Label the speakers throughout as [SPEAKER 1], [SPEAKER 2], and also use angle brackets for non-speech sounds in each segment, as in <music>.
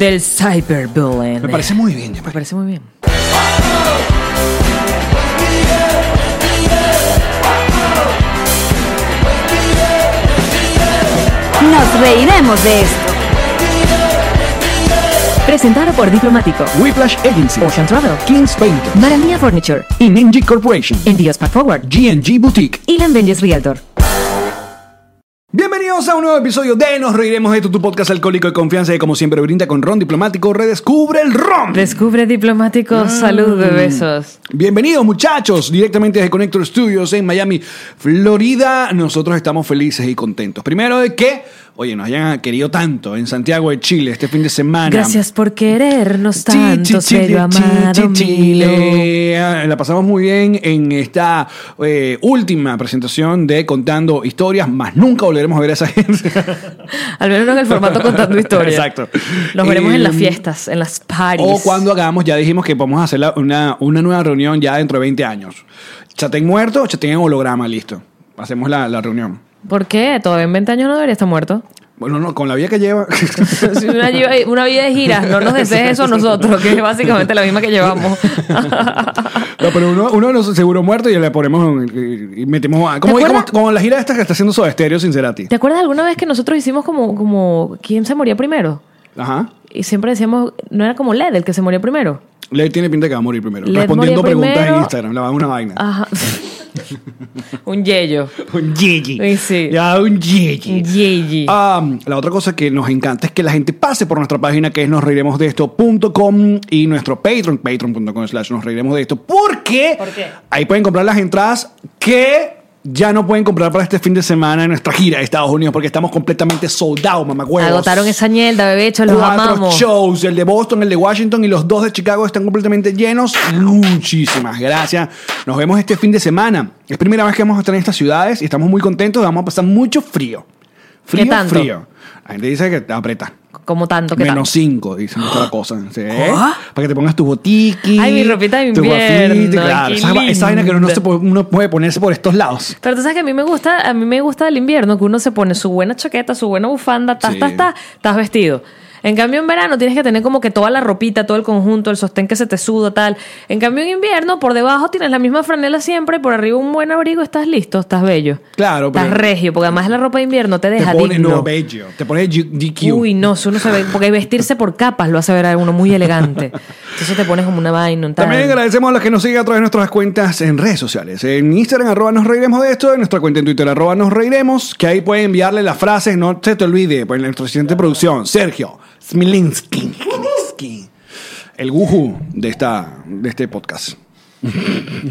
[SPEAKER 1] Del cyberbullying.
[SPEAKER 2] Me parece muy bien,
[SPEAKER 1] Me
[SPEAKER 2] Yamari.
[SPEAKER 1] parece muy bien.
[SPEAKER 3] Nos reiremos de esto. Presentado por Diplomático,
[SPEAKER 2] Whiplash Agency,
[SPEAKER 3] Ocean Travel,
[SPEAKER 2] Kings Painter,
[SPEAKER 3] Maranía Furniture,
[SPEAKER 2] y Ninji Corporation,
[SPEAKER 3] Envíos Pack Forward,
[SPEAKER 2] G&G Boutique.
[SPEAKER 3] y Landelles Realtor.
[SPEAKER 2] Bienvenidos a un nuevo episodio de Nos Reiremos de Esto, tu podcast alcohólico de confianza que como siempre brinda con Ron Diplomático. Redescubre el Ron.
[SPEAKER 1] Descubre diplomático. Salud, besos.
[SPEAKER 2] Bienvenidos muchachos, directamente desde Connector Studios en Miami, Florida. Nosotros estamos felices y contentos. Primero de que, oye, nos hayan querido tanto en Santiago de Chile este fin de semana.
[SPEAKER 1] Gracias por querernos
[SPEAKER 2] Chi, chi,
[SPEAKER 1] tanto,
[SPEAKER 2] chile,
[SPEAKER 1] serio
[SPEAKER 2] chi,
[SPEAKER 1] amado
[SPEAKER 2] chi,
[SPEAKER 1] mío.
[SPEAKER 2] chile. La pasamos muy bien en esta eh, última presentación de Contando Historias, más nunca volveremos a ver a esa gente.
[SPEAKER 1] <laughs> Al menos no en el formato contando historias.
[SPEAKER 2] Exacto.
[SPEAKER 1] Nos veremos en las
[SPEAKER 2] Em,
[SPEAKER 1] fiestas, en las parties.
[SPEAKER 2] o cuando hagamos, ya dijimos que vamos a hacer la- una, una nueva reunión ya dentro de 20 años. Chaten muerto, chaten en holograma, listo. Hacemos la, la reunión.
[SPEAKER 1] ¿Por qué? Todavía en 20 años no debería estar muerto. <laughs>
[SPEAKER 2] Bueno, no, con la vida que lleva. <laughs>
[SPEAKER 1] Sí, Una, lle- una vida de giras. No nos desees eso a nosotros, que es básicamente la misma
[SPEAKER 2] <laughs>
[SPEAKER 1] que llevamos.
[SPEAKER 2] No, pero uno, uno de los seguro muerto y le ponemos y y metemos a- como,
[SPEAKER 1] ¿Te
[SPEAKER 2] como,
[SPEAKER 1] acuerdas?
[SPEAKER 2] como la gira esta que está haciendo Soda Stereo Sincerati.
[SPEAKER 1] ¿Te acuerdas alguna vez que nosotros hicimos como, como quién se moría primero?
[SPEAKER 2] Ajá.
[SPEAKER 1] Y siempre decíamos, no era como Led el que se murió primero.
[SPEAKER 2] Led tiene pinta que va a morir primero.
[SPEAKER 1] Led
[SPEAKER 2] respondiendo
[SPEAKER 1] moría
[SPEAKER 2] preguntas
[SPEAKER 1] primero. Ah.
[SPEAKER 2] en Instagram. La va una vaina.
[SPEAKER 1] Ajá. <laughs> un yeyo.
[SPEAKER 2] Un Gigi.
[SPEAKER 1] Sí, sí.
[SPEAKER 2] Ya, un Gigi.
[SPEAKER 1] Un yeyi.
[SPEAKER 2] Ah, la otra cosa que nos encanta es que la gente pase por nuestra página que es nosreiremosdeesto.com y nuestro Patreon, patreon.com slash nos reiremos de esto, porque
[SPEAKER 1] ¿Por qué?
[SPEAKER 2] ahí pueden comprar las entradas que ya no pueden comprar para este fin de semana en nuestra gira de Estados Unidos porque estamos completamente sold out, mamagüevos.
[SPEAKER 1] Agotaron esa ñelda, bebecho, los
[SPEAKER 2] Cuatro
[SPEAKER 1] amamos.
[SPEAKER 2] shows, el de Boston, el de Washington y los dos de Chicago están completamente llenos. Muchísimas gracias. Nos vemos este fin de semana. Es primera vez que vamos a estar en estas ciudades y estamos muy contentos. Vamos a pasar mucho frío. Frío,
[SPEAKER 1] ¿Qué tanto?
[SPEAKER 2] frío. La gente dice que te aprieta.
[SPEAKER 1] Como tanto que
[SPEAKER 2] Menos
[SPEAKER 1] tanto.
[SPEAKER 2] 5, dicen otra cosa. ¿sí? Para que te pongas tu botiqui.
[SPEAKER 1] Ay, mi ropita de
[SPEAKER 2] tu
[SPEAKER 1] invierno,
[SPEAKER 2] guafita, claro.
[SPEAKER 1] qué
[SPEAKER 2] Esa, esa vaina que uno, no se
[SPEAKER 1] linda.
[SPEAKER 2] puede, uno puede ponerse por estos lados.
[SPEAKER 1] Pero tú sabes que a mí me gusta, a mí me gusta el invierno, que uno se pone su buena chaqueta, su buena bufanda, tas,
[SPEAKER 2] Sí.
[SPEAKER 1] tas, tas, estás vestido. En cambio, en verano tienes que tener como que toda la ropita, todo el conjunto, el sostén que se te suda, tal. En cambio, en invierno, por debajo tienes la misma franela siempre, por arriba un buen abrigo, estás listo, estás bello.
[SPEAKER 2] Claro,
[SPEAKER 1] Estás
[SPEAKER 2] pero-
[SPEAKER 1] regio, porque además la ropa de invierno te
[SPEAKER 2] Te
[SPEAKER 1] deja
[SPEAKER 2] pone,
[SPEAKER 1] digno.
[SPEAKER 2] no, bello. Te pone GQ.
[SPEAKER 1] Uy, no, si uno se ve, porque vestirse por capas lo hace ver a uno muy elegante. Entonces te pones como una vaina, un tal.
[SPEAKER 2] También agradecemos a los que nos siguen a través de nuestras cuentas en redes sociales. En Instagram, arroba nos reiremos de esto. En nuestra cuenta en Twitter, arroba nos reiremos. Que ahí pueden enviarle las frases. No se te olvide, pues en nuestra siguiente producción, Sergio Smilinski. Smilinski. El guju de, esta, de este podcast.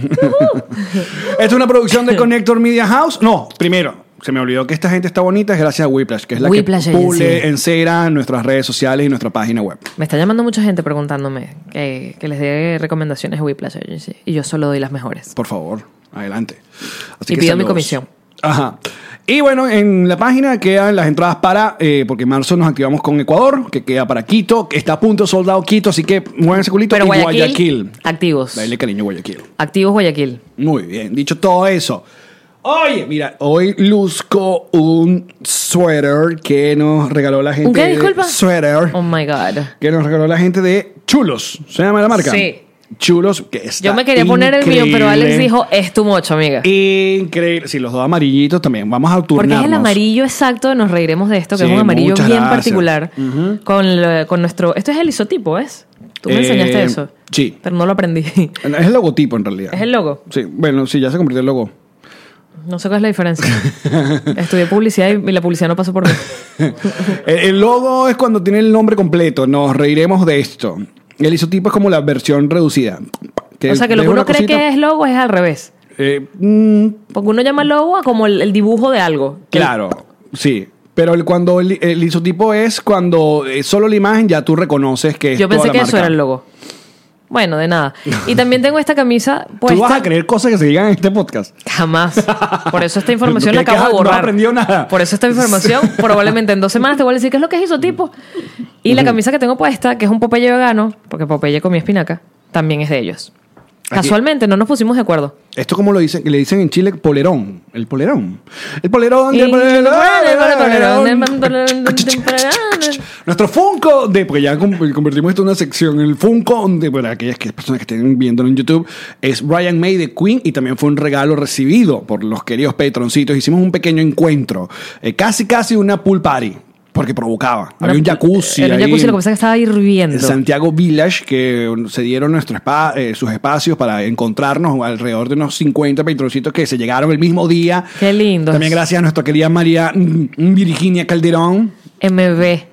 [SPEAKER 2] Esta es una producción de Connector Media House. No, primero. Se me olvidó que esta gente está bonita es gracias a Whiplash, que es la
[SPEAKER 1] Whiplash
[SPEAKER 2] que
[SPEAKER 1] Agency.
[SPEAKER 2] pule en cera nuestras redes sociales y nuestra página web.
[SPEAKER 1] Me está llamando mucha gente preguntándome que, que les dé recomendaciones de Whiplash Agency y yo solo doy las mejores.
[SPEAKER 2] Por favor, adelante. Así
[SPEAKER 1] Y pido mi comisión.
[SPEAKER 2] Ajá. Y bueno, en la página quedan las entradas para, eh, porque en marzo nos activamos con Ecuador, que queda para Quito, que está a punto soldado Quito, así que muevan ese culito.
[SPEAKER 1] Pero
[SPEAKER 2] y
[SPEAKER 1] Guayaquil, activos.
[SPEAKER 2] Dale cariño, Guayaquil.
[SPEAKER 1] Activos Guayaquil.
[SPEAKER 2] Muy bien, dicho todo eso. Oye, mira, hoy luzco un suéter que nos regaló la gente.
[SPEAKER 1] ¿Un qué,
[SPEAKER 2] de-
[SPEAKER 1] disculpa?
[SPEAKER 2] Suéter
[SPEAKER 1] Oh my God.
[SPEAKER 2] que nos regaló la gente de Chulos. ¿Se llama la marca?
[SPEAKER 1] Sí.
[SPEAKER 2] Chulos, que está
[SPEAKER 1] Yo me quería poner el mío, pero Alex
[SPEAKER 2] increíble.
[SPEAKER 1] dijo, es tu mocho, amiga.
[SPEAKER 2] Increíble. Sí, los dos amarillitos también. Vamos a
[SPEAKER 1] Porque
[SPEAKER 2] turnarnos.
[SPEAKER 1] es el amarillo exacto, nos reiremos de esto, que
[SPEAKER 2] Sí,
[SPEAKER 1] es un amarillo
[SPEAKER 2] muchas
[SPEAKER 1] bien
[SPEAKER 2] gracias.
[SPEAKER 1] particular. con, lo- con nuestro. Esto es el isotipo, ¿ves? Tú me
[SPEAKER 2] Eh,
[SPEAKER 1] enseñaste eso.
[SPEAKER 2] sí.
[SPEAKER 1] Pero no lo aprendí. <laughs>
[SPEAKER 2] Es el logotipo, en realidad.
[SPEAKER 1] ¿Es el logo?
[SPEAKER 2] Sí, bueno, sí, ya se convirtió en logo. <laughs>
[SPEAKER 1] No sé cuál es la diferencia. Estudié publicidad y y la publicidad no pasó por mí.
[SPEAKER 2] el, el logo es cuando tiene el nombre completo. Nos reiremos de esto. El isotipo es como la versión reducida.
[SPEAKER 1] o sea, que lo
[SPEAKER 2] es una
[SPEAKER 1] que uno cree
[SPEAKER 2] cosita.
[SPEAKER 1] que es logo es al revés.
[SPEAKER 2] eh, mm,
[SPEAKER 1] Porque uno llama logo a como el, el dibujo de algo.
[SPEAKER 2] claro, sí. Pero el, cuando el, el isotipo es cuando eh, solo la imagen ya tú reconoces que es
[SPEAKER 1] Yo
[SPEAKER 2] toda
[SPEAKER 1] pensé
[SPEAKER 2] la
[SPEAKER 1] que eso
[SPEAKER 2] marca.
[SPEAKER 1] era el logo. Bueno, de nada. Y también tengo esta camisa puesta.
[SPEAKER 2] Tú vas a creer cosas que se digan en este podcast.
[SPEAKER 1] Jamás. Por eso esta información la
[SPEAKER 2] ¿Qué- qué
[SPEAKER 1] acabo de
[SPEAKER 2] has- no
[SPEAKER 1] borrar.
[SPEAKER 2] has aprendido nada?
[SPEAKER 1] Por eso esta información, probablemente en dos semanas te voy a decir qué es lo que es isotipo. Y la camisa que tengo puesta, que es un Popeye vegano, porque Popeye comía espinaca, también es de ellos.
[SPEAKER 2] Aquí.
[SPEAKER 1] Casualmente, no nos pusimos de acuerdo.
[SPEAKER 2] Esto como lo dicen, le dicen en Chile polerón. El polerón. El polerón del
[SPEAKER 1] Y-
[SPEAKER 2] Nuestro Funko de, porque ya com- convertimos esto en una sección, el Funko de, para aquellas que- personas que estén viéndolo en YouTube, es Brian May de Queen y también fue un regalo recibido por los queridos patroncitos. Hicimos un pequeño encuentro, eh, casi casi una pool party, porque provocaba. Había un jacuzzi.
[SPEAKER 1] Era un
[SPEAKER 2] ahí
[SPEAKER 1] jacuzzi,
[SPEAKER 2] en-
[SPEAKER 1] lo que pasa es que estaba hirviendo.
[SPEAKER 2] en Santiago Village, que se dieron nuestro espa- eh, sus espacios para encontrarnos alrededor de unos 50 patroncitos que se llegaron el mismo día.
[SPEAKER 1] Qué lindo.
[SPEAKER 2] También gracias a nuestra querida María mm, Virginia Calderón, eh,
[SPEAKER 1] MB.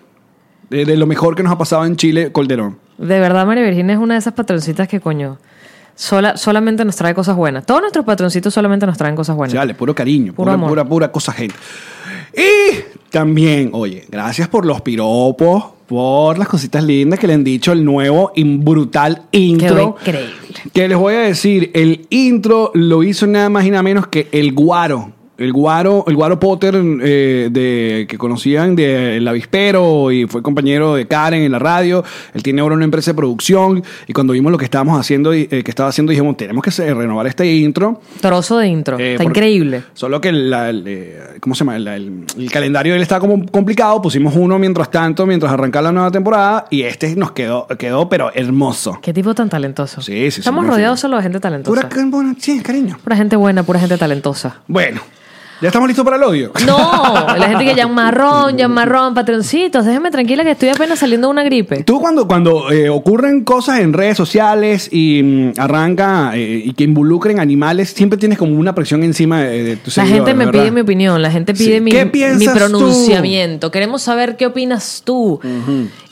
[SPEAKER 2] de, de lo mejor que nos ha pasado en Chile, Calderón.
[SPEAKER 1] De verdad, María Virginia es una de esas patroncitas que, coño, sola, solamente nos trae cosas buenas. Todos nuestros patroncitos solamente nos traen cosas buenas.
[SPEAKER 2] Chale, puro cariño,
[SPEAKER 1] Puro
[SPEAKER 2] pura,
[SPEAKER 1] amor.
[SPEAKER 2] pura, pura cosa gente. Y también, oye, gracias por los piropos, por las cositas lindas que le han dicho el nuevo y brutal intro.
[SPEAKER 1] Quedó increíble.
[SPEAKER 2] Que les voy a decir, el intro lo hizo nada más y nada menos que el Guaro. El Guaro, el Guaro Potter eh, de, que conocían de El Avispero y fue compañero de Karen en la radio. Él tiene ahora una empresa de producción y cuando vimos lo que estábamos haciendo, y, eh, que estaba haciendo, dijimos, tenemos que se- renovar este intro.
[SPEAKER 1] Trozo de intro.
[SPEAKER 2] Eh,
[SPEAKER 1] Está
[SPEAKER 2] porque-
[SPEAKER 1] increíble.
[SPEAKER 2] Solo que la- el, eh, ¿cómo se llama? La- el, el calendario de él estaba como complicado. Pusimos uno mientras tanto, mientras arrancaba la nueva temporada. Y este nos quedó, quedó pero hermoso.
[SPEAKER 1] Qué tipo tan talentoso.
[SPEAKER 2] Sí, sí, sí,
[SPEAKER 1] Estamos
[SPEAKER 2] muy
[SPEAKER 1] rodeados
[SPEAKER 2] fino.
[SPEAKER 1] solo de gente talentosa.
[SPEAKER 2] Pura,
[SPEAKER 1] Pura,
[SPEAKER 2] bueno, sí, cariño.
[SPEAKER 1] gente buena, pura
[SPEAKER 2] <laughs>
[SPEAKER 1] gente talentosa.
[SPEAKER 2] Bueno, ya estamos listos para el odio.
[SPEAKER 1] No, la gente que llama marrón, llama marrón, patroncitos, déjeme tranquila que estoy apenas saliendo de una gripe.
[SPEAKER 2] <laughs> Tú cuando, cuando eh, ocurren cosas en redes sociales y mm, arranca eh, y que involucren animales, siempre tienes como una presión encima de, de tus
[SPEAKER 1] La gente
[SPEAKER 2] seguidores,
[SPEAKER 1] me
[SPEAKER 2] ¿verdad?
[SPEAKER 1] pide mi opinión, la gente pide
[SPEAKER 2] Sí.
[SPEAKER 1] mi,
[SPEAKER 2] ¿Qué
[SPEAKER 1] mi
[SPEAKER 2] piensas tú?
[SPEAKER 1] pronunciamiento. Queremos saber qué opinas tú.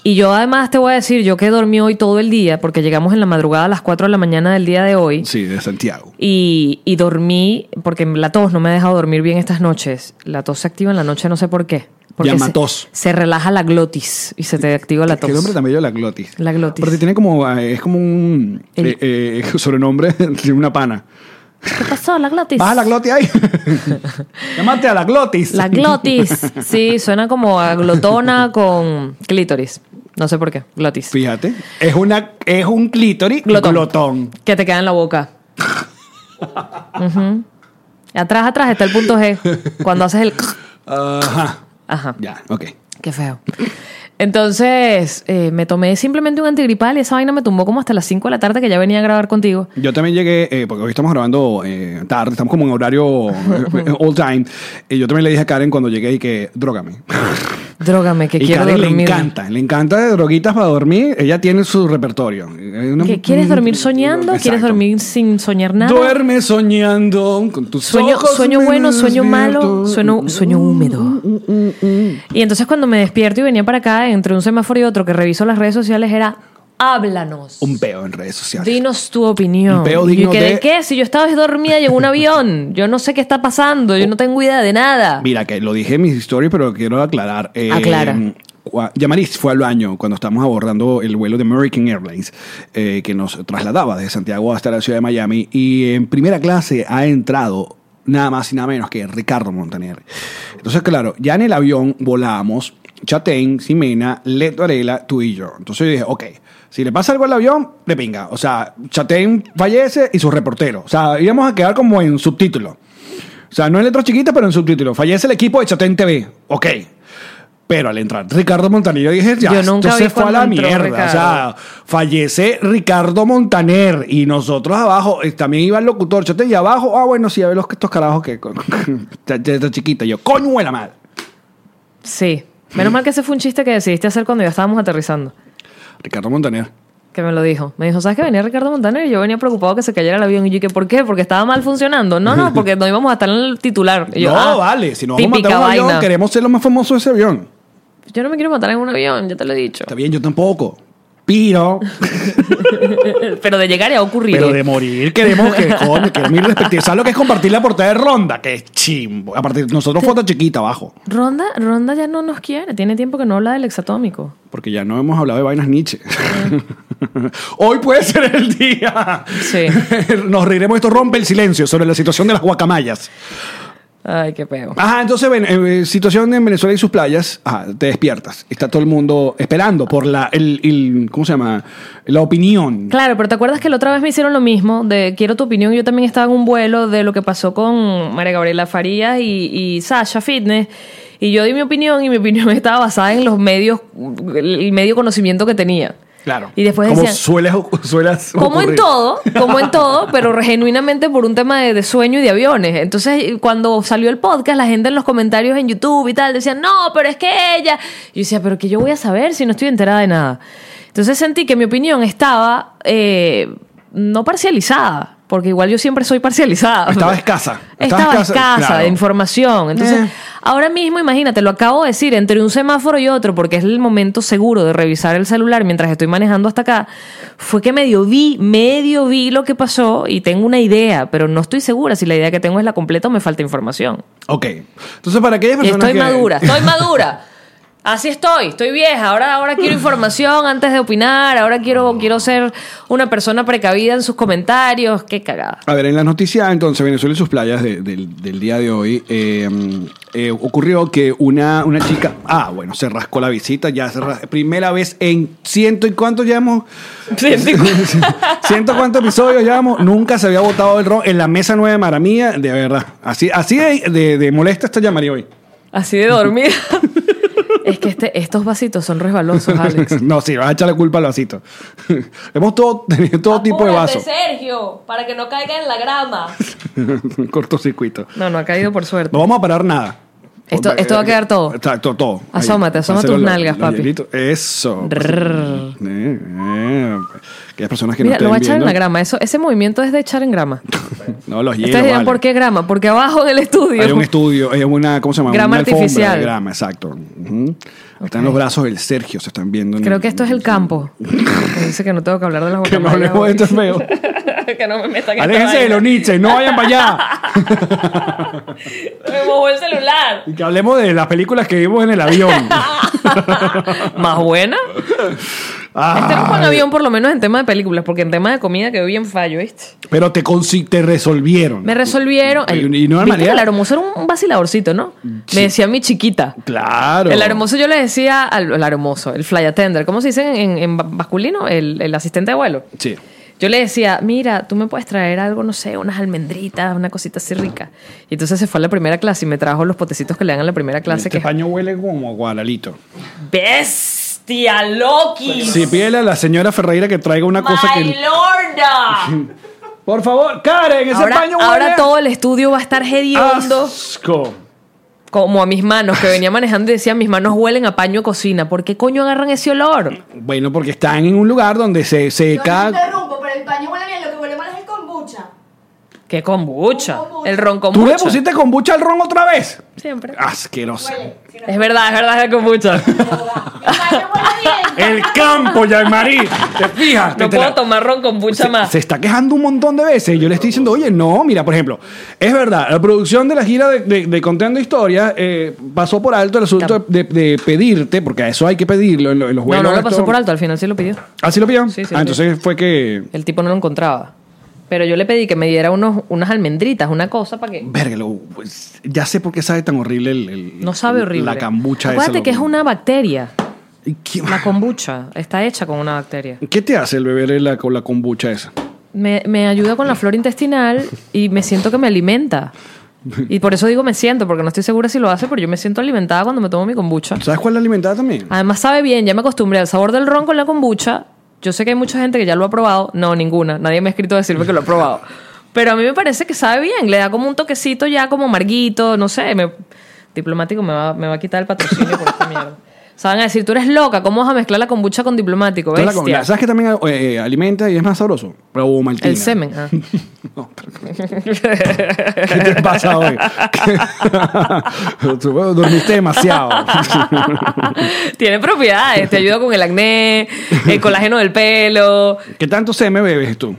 [SPEAKER 1] Y yo además te voy a decir, yo que dormí hoy todo el día, porque llegamos en la madrugada a las 4 de la mañana del día de hoy.
[SPEAKER 2] Sí, de Santiago.
[SPEAKER 1] Y, y dormí, porque la tos no me ha dejado dormir bien estas noches. La tos se activa en la noche, no sé por qué. Porque
[SPEAKER 2] Llama
[SPEAKER 1] se,
[SPEAKER 2] tos.
[SPEAKER 1] se relaja la glotis y se te activa la
[SPEAKER 2] Que el hombre
[SPEAKER 1] tos.
[SPEAKER 2] también la glotis.
[SPEAKER 1] La glotis.
[SPEAKER 2] Porque tiene como, eh, es como un
[SPEAKER 1] El-
[SPEAKER 2] eh, eh, <laughs> sobrenombre de una pana.
[SPEAKER 1] ¿Qué pasó? La glotis.
[SPEAKER 2] Baja la glotis
[SPEAKER 1] <laughs>
[SPEAKER 2] ahí. Llámate a la glotis.
[SPEAKER 1] La glotis. Sí, suena como a glotona con clítoris. No sé por qué. Glotis.
[SPEAKER 2] <laughs> Fíjate, es, una, es un clítoris glotón.
[SPEAKER 1] Que te queda en la boca. Ujú. Atrás, atrás está el punto G. Cuando haces el...
[SPEAKER 2] Ajá.
[SPEAKER 1] Ajá.
[SPEAKER 2] Ya, ok.
[SPEAKER 1] Qué feo. Entonces, eh, me tomé simplemente un antigripal y esa vaina me tumbó como hasta las 5 de la tarde que ya venía a grabar contigo.
[SPEAKER 2] Yo también llegué, eh, porque hoy estamos grabando eh, tarde, estamos como en
[SPEAKER 1] <laughs>
[SPEAKER 2] horario eh, all time. Y yo también le dije a Karen cuando llegué y que, drogame.
[SPEAKER 1] Drógame, que
[SPEAKER 2] <laughs> y
[SPEAKER 1] quiero
[SPEAKER 2] Karen
[SPEAKER 1] dormir.
[SPEAKER 2] le encanta, le encanta de droguitas para dormir. Ella tiene su repertorio. Eh, una-
[SPEAKER 1] ¿Qué, ¿Quieres dormir soñando? ¿Quieres
[SPEAKER 2] Exacto.
[SPEAKER 1] dormir sin soñar nada?
[SPEAKER 2] Duerme soñando con tus
[SPEAKER 1] Sueño,
[SPEAKER 2] ojos
[SPEAKER 1] sueño
[SPEAKER 2] me
[SPEAKER 1] bueno, sueño malo,
[SPEAKER 2] despierto.
[SPEAKER 1] sueño, sueño húmedo. Y entonces cuando me despierto y venía para acá, entre un semáforo y otro que reviso las redes sociales, era háblanos.
[SPEAKER 2] Un peo en redes sociales.
[SPEAKER 1] Dinos tu opinión.
[SPEAKER 2] Un peo
[SPEAKER 1] y yo
[SPEAKER 2] digno
[SPEAKER 1] quedé,
[SPEAKER 2] de-
[SPEAKER 1] ¿qué? Si yo estaba dormida, llegó un avión. Yo no sé qué está pasando, yo no tengo idea de nada.
[SPEAKER 2] Mira, que lo dije en mis historias, pero quiero aclarar. Eh,
[SPEAKER 1] Aclara.
[SPEAKER 2] cua- Yamaris fue al baño cuando estábamos abordando el vuelo de American Airlines eh, que nos trasladaba desde Santiago hasta la ciudad de Miami y en primera clase ha entrado nada más y nada menos que Ricardo Montaner. Entonces, claro, ya en el avión volábamos Chatén, Ximena, Leto Arela, tú y yo. Entonces yo dije, ok, si le pasa algo al avión, le pinga. O sea, Chatén fallece y su reportero. O sea, íbamos a quedar como en subtítulo. O sea, no en letras chiquitas, pero en subtítulos. Fallece el equipo de Chatén TV. Ok. Pero al entrar Ricardo Montaner, yo dije, ya,
[SPEAKER 1] Yo nunca
[SPEAKER 2] esto
[SPEAKER 1] vi
[SPEAKER 2] se fue a
[SPEAKER 1] cuando
[SPEAKER 2] la
[SPEAKER 1] entró
[SPEAKER 2] mierda. O sea,
[SPEAKER 1] Ricardo.
[SPEAKER 2] fallece Ricardo Montaner y nosotros abajo, eh, también iba el locutor Chatén y abajo, ah, bueno, sí, a ver los, estos carajos que... <laughs> esta- esta chiquita, yo, coño, de la madre.
[SPEAKER 1] Sí. Menos mal que ese fue un chiste que decidiste hacer cuando ya estábamos aterrizando.
[SPEAKER 2] Ricardo Montaner.
[SPEAKER 1] Que me lo dijo. Me dijo, ¿sabes que venía Ricardo Montaner? Y yo venía preocupado que se cayera el avión. Y yo, ¿qué? ¿Por qué? Porque estaba mal funcionando. No, no, porque no íbamos a estar en el titular. Y yo,
[SPEAKER 2] no,
[SPEAKER 1] "Ah,
[SPEAKER 2] vale, si nos vamos a
[SPEAKER 1] típica
[SPEAKER 2] matar un avión,
[SPEAKER 1] vaina".
[SPEAKER 2] queremos ser los más famosos de ese avión.
[SPEAKER 1] Yo no me quiero matar en un avión, ya te lo he dicho.
[SPEAKER 2] Está bien, yo tampoco. Pero,
[SPEAKER 1] Pero de llegar ya ocurrir.
[SPEAKER 2] pero de morir queremos
[SPEAKER 1] <laughs>
[SPEAKER 2] que coño, queremos ir respectivo. ¿Sabes lo que es compartir la portada de ronda? Que es chimbo. Aparte, nosotros foto chiquita abajo.
[SPEAKER 1] Ronda, Ronda ya no nos quiere. Tiene tiempo que no habla del exatómico.
[SPEAKER 2] Porque ya no hemos hablado de vainas Nietzsche. <laughs> Hoy puede ser el día.
[SPEAKER 1] Sí.
[SPEAKER 2] <laughs> Nos reiremos. Esto rompe el silencio sobre la situación de las guacamayas.
[SPEAKER 1] Ay, qué peo.
[SPEAKER 2] Ajá, entonces, ven, eh, situación en Venezuela y sus playas. Ajá, te despiertas. Está todo el mundo esperando por la. El, el- ¿Cómo se llama? La opinión.
[SPEAKER 1] Claro, pero ¿te acuerdas que la otra vez me hicieron lo mismo? De quiero tu opinión. Yo también estaba en un vuelo de lo que pasó con María Gabriela Farías y, y Sasha Fitness. Y yo di mi opinión y mi opinión <laughs> estaba basada en los medios, el medio conocimiento que tenía.
[SPEAKER 2] Claro.
[SPEAKER 1] Y después
[SPEAKER 2] Como
[SPEAKER 1] decían-
[SPEAKER 2] sueles, suelas
[SPEAKER 1] Como en
[SPEAKER 2] ocurrir.
[SPEAKER 1] todo, como
[SPEAKER 2] <laughs>
[SPEAKER 1] en todo, pero genuinamente por un tema de, de sueño y de aviones. Entonces, cuando salió el podcast, la gente en los comentarios en YouTube y tal decían, no, pero es que ella. Y yo decía, pero que yo voy a saber si no estoy enterada de nada. Entonces sentí que mi opinión estaba eh, no parcializada, porque igual yo siempre soy parcializada.
[SPEAKER 2] Estaba escasa.
[SPEAKER 1] Estaba, escasa
[SPEAKER 2] claro.
[SPEAKER 1] de información. Entonces,
[SPEAKER 2] Eh.
[SPEAKER 1] ahora mismo, imagínate, lo acabo de decir, entre un semáforo y otro, porque es el momento seguro de revisar el celular mientras estoy manejando hasta acá, fue que medio vi, medio vi lo que pasó y tengo una idea, pero no estoy segura si la idea que tengo es la completa o me falta información.
[SPEAKER 2] Ok. Entonces, para aquellas
[SPEAKER 1] Y
[SPEAKER 2] personas.
[SPEAKER 1] estoy
[SPEAKER 2] que-
[SPEAKER 1] madura,
[SPEAKER 2] <laughs>
[SPEAKER 1] estoy madura. Así estoy, estoy vieja. Ahora, ahora quiero información antes de opinar. Ahora quiero, quiero ser una persona precavida en sus comentarios. Qué cagada.
[SPEAKER 2] A ver, en las noticias, entonces, Venezuela y sus playas de- del, del día de hoy, eh, eh, ocurrió que una, una chica, ah, bueno, se rascó la visita, ya se ras- primera vez en ciento y cuánto llevamos, <laughs> ciento cuántos episodios llevamos, nunca se había botado el ron en la mesa nueva de Maramía, de verdad, así, así de, de- de molesta está Yamari hoy. <laughs>
[SPEAKER 1] Así de dormida. <laughs> es que este, estos vasitos son resbalosos, Alex.
[SPEAKER 2] no, sí, vas a echar la culpa al vasito. <laughs> Hemos todo, <laughs> tenido <laughs> todo tipo de vaso,
[SPEAKER 1] Sergio, para que no caiga en la grama.
[SPEAKER 2] <laughs> cortocircuito.
[SPEAKER 1] No, no ha caído por suerte.
[SPEAKER 2] No vamos a parar nada.
[SPEAKER 1] Esto-
[SPEAKER 2] Porque-
[SPEAKER 1] esto va a quedar todo.
[SPEAKER 2] Exacto, todo. Ahí.
[SPEAKER 1] Asómate, asoma
[SPEAKER 2] Hacerlo
[SPEAKER 1] tus
[SPEAKER 2] lo-
[SPEAKER 1] nalgas,
[SPEAKER 2] lo
[SPEAKER 1] papi.
[SPEAKER 2] hielito. Eso.
[SPEAKER 1] Drrr.
[SPEAKER 2] Eh, eh. Aquellas personas que
[SPEAKER 1] Mira,
[SPEAKER 2] no
[SPEAKER 1] lo va a
[SPEAKER 2] estén
[SPEAKER 1] echar en la
[SPEAKER 2] viendo,
[SPEAKER 1] grama. Eso, ese movimiento es de echar en grama.
[SPEAKER 2] No, los hielos,
[SPEAKER 1] Ustedes dirán,
[SPEAKER 2] vale.
[SPEAKER 1] ¿por qué grama? Porque abajo del estudio.
[SPEAKER 2] Hay un estudio, hay una, ¿cómo se llama?
[SPEAKER 1] Grama
[SPEAKER 2] Una alfombra de
[SPEAKER 1] artificial.
[SPEAKER 2] Grama, exacto. Ujú. Están los brazos del Sergio, se están viendo. en-
[SPEAKER 1] Creo que esto es
[SPEAKER 2] <laughs>
[SPEAKER 1] el campo. Me dice que no tengo que hablar de las
[SPEAKER 2] Que no
[SPEAKER 1] guacamayas
[SPEAKER 2] hablemos de
[SPEAKER 1] hoy.
[SPEAKER 2] esto feo.
[SPEAKER 1] <laughs> que no me metan en esta
[SPEAKER 2] Aléjense de
[SPEAKER 1] vaina.
[SPEAKER 2] los Nietzsche, no vayan para allá.
[SPEAKER 1] Me mojó el celular.
[SPEAKER 2] Y que hablemos de las películas que vimos en el avión.
[SPEAKER 1] <laughs> Este ¿Más buena? Este
[SPEAKER 2] Ah.
[SPEAKER 1] Estamos con avión por lo menos en tema de películas, porque en tema de comida quedó bien fallo, ¿viste?
[SPEAKER 2] Pero te, consi- te resolvieron.
[SPEAKER 1] Me resolvieron. Ay,
[SPEAKER 2] Y- y no era
[SPEAKER 1] ¿viste
[SPEAKER 2] manera.
[SPEAKER 1] que El aromoso era un- un vaciladorcito, ¿no? Me decía mi chiquita.
[SPEAKER 2] Claro.
[SPEAKER 1] El aromoso yo le decía al, al aromoso, el fly attender, ¿cómo se dice en, en ba- masculino? El, el asistente de vuelo.
[SPEAKER 2] Sí.
[SPEAKER 1] Yo le decía, mira, tú me puedes traer algo, no sé, unas almendritas, una cosita así rica. Y entonces se fue a la primera clase y me trajo los potecitos que le dan en la primera clase.
[SPEAKER 2] Este
[SPEAKER 1] Que es
[SPEAKER 2] paño huele como a guaralito.
[SPEAKER 1] ¡Bestia Loki!
[SPEAKER 2] Sí, pídele a la señora Ferreira que traiga una cosa que. <laughs>
[SPEAKER 1] lorda!
[SPEAKER 2] Por favor, Karen, ese
[SPEAKER 1] Ahora,
[SPEAKER 2] paño huele. Ah,
[SPEAKER 1] ahora todo el estudio va a estar hediondo.
[SPEAKER 2] Asco.
[SPEAKER 1] como a mis manos, que venía manejando y decía, mis manos huelen a paño de cocina. ¿Por qué coño agarran ese olor?
[SPEAKER 2] Bueno, porque están en un lugar donde se
[SPEAKER 4] Yo te
[SPEAKER 2] seca.
[SPEAKER 4] interrumpo, pero el paño huele bien, lo que huele mal es el kombucha.
[SPEAKER 1] ¡Qué kombucha!
[SPEAKER 4] Kombucha.
[SPEAKER 1] El ron kombucha.
[SPEAKER 2] ¿Tú le pusiste kombucha al ron otra vez?
[SPEAKER 1] Siempre.
[SPEAKER 2] Asqueroso.
[SPEAKER 4] Huele, si no
[SPEAKER 1] Es verdad, es verdad, es
[SPEAKER 2] <laughs>
[SPEAKER 1] la kombucha.
[SPEAKER 4] El paño huele bien.
[SPEAKER 2] El campo, Yalmarí. ¿Te fijas?
[SPEAKER 1] No
[SPEAKER 2] Te- te la-
[SPEAKER 1] puedo tomar ron kombucha más.
[SPEAKER 2] se está quejando un montón de veces. Yo le estoy diciendo, oye, no, mira, por ejemplo, es verdad, la producción de la gira de, de, de Contando Historias eh, pasó por alto el asunto de, de pedirte, porque a eso hay que pedirlo en, lo- en los
[SPEAKER 1] No,
[SPEAKER 2] vuelos.
[SPEAKER 1] no lo
[SPEAKER 2] esto-
[SPEAKER 1] pasó por alto, al final sí lo pidió.
[SPEAKER 2] ¿Ah, sí lo pidieron?
[SPEAKER 1] Sí, sí
[SPEAKER 2] ah,
[SPEAKER 1] lo
[SPEAKER 2] entonces fue que.
[SPEAKER 1] El tipo no lo encontraba. Pero yo le pedí que me diera unos, unas almendritas, una cosa para que...
[SPEAKER 2] Verga, lo- pues, ya sé por qué sabe tan horrible el. el-
[SPEAKER 1] No sabe horrible.
[SPEAKER 2] La cambucha esa,
[SPEAKER 1] Acuérdate
[SPEAKER 2] lo-
[SPEAKER 1] que es una bacteria.
[SPEAKER 2] ¿Y ¿Qué,
[SPEAKER 1] La kombucha está hecha con una bacteria.
[SPEAKER 2] ¿Qué te hace el beber la, con la kombucha esa?
[SPEAKER 1] Me, me ayuda con la flora intestinal y me siento que me alimenta. Y por eso digo me siento, porque no estoy segura si lo hace, pero yo me siento alimentada cuando me tomo mi kombucha.
[SPEAKER 2] ¿Sabes cuál la alimentada también?
[SPEAKER 1] Además sabe bien, ya me acostumbré al sabor del ron con la kombucha. Yo sé que hay mucha gente que ya lo ha probado. No, ninguna. Nadie me ha escrito a decirme que lo ha probado. Pero a mí me parece que sabe bien. Le da como un toquecito ya como amarguito, no sé. me- Diplomático me va, me va a quitar el patrocinio por esta mierda. O sea, van a decir, tú eres loca, ¿cómo vas a mezclar la kombucha con diplomático?
[SPEAKER 2] Toda la com-
[SPEAKER 1] Bestia.
[SPEAKER 2] la- ¿Sabes que también eh, alimenta y es más sabroso? Probumaltina.
[SPEAKER 1] El semen. ah.
[SPEAKER 2] <laughs> No,
[SPEAKER 1] <laughs>
[SPEAKER 2] pero- ¿Qué te pasa hoy? Tú, bueno, <laughs> Dormiste demasiado.
[SPEAKER 1] Tiene propiedades, te ayuda con el acné, el colágeno del pelo.
[SPEAKER 2] <laughs> ¿Qué tanto semen bebes tú?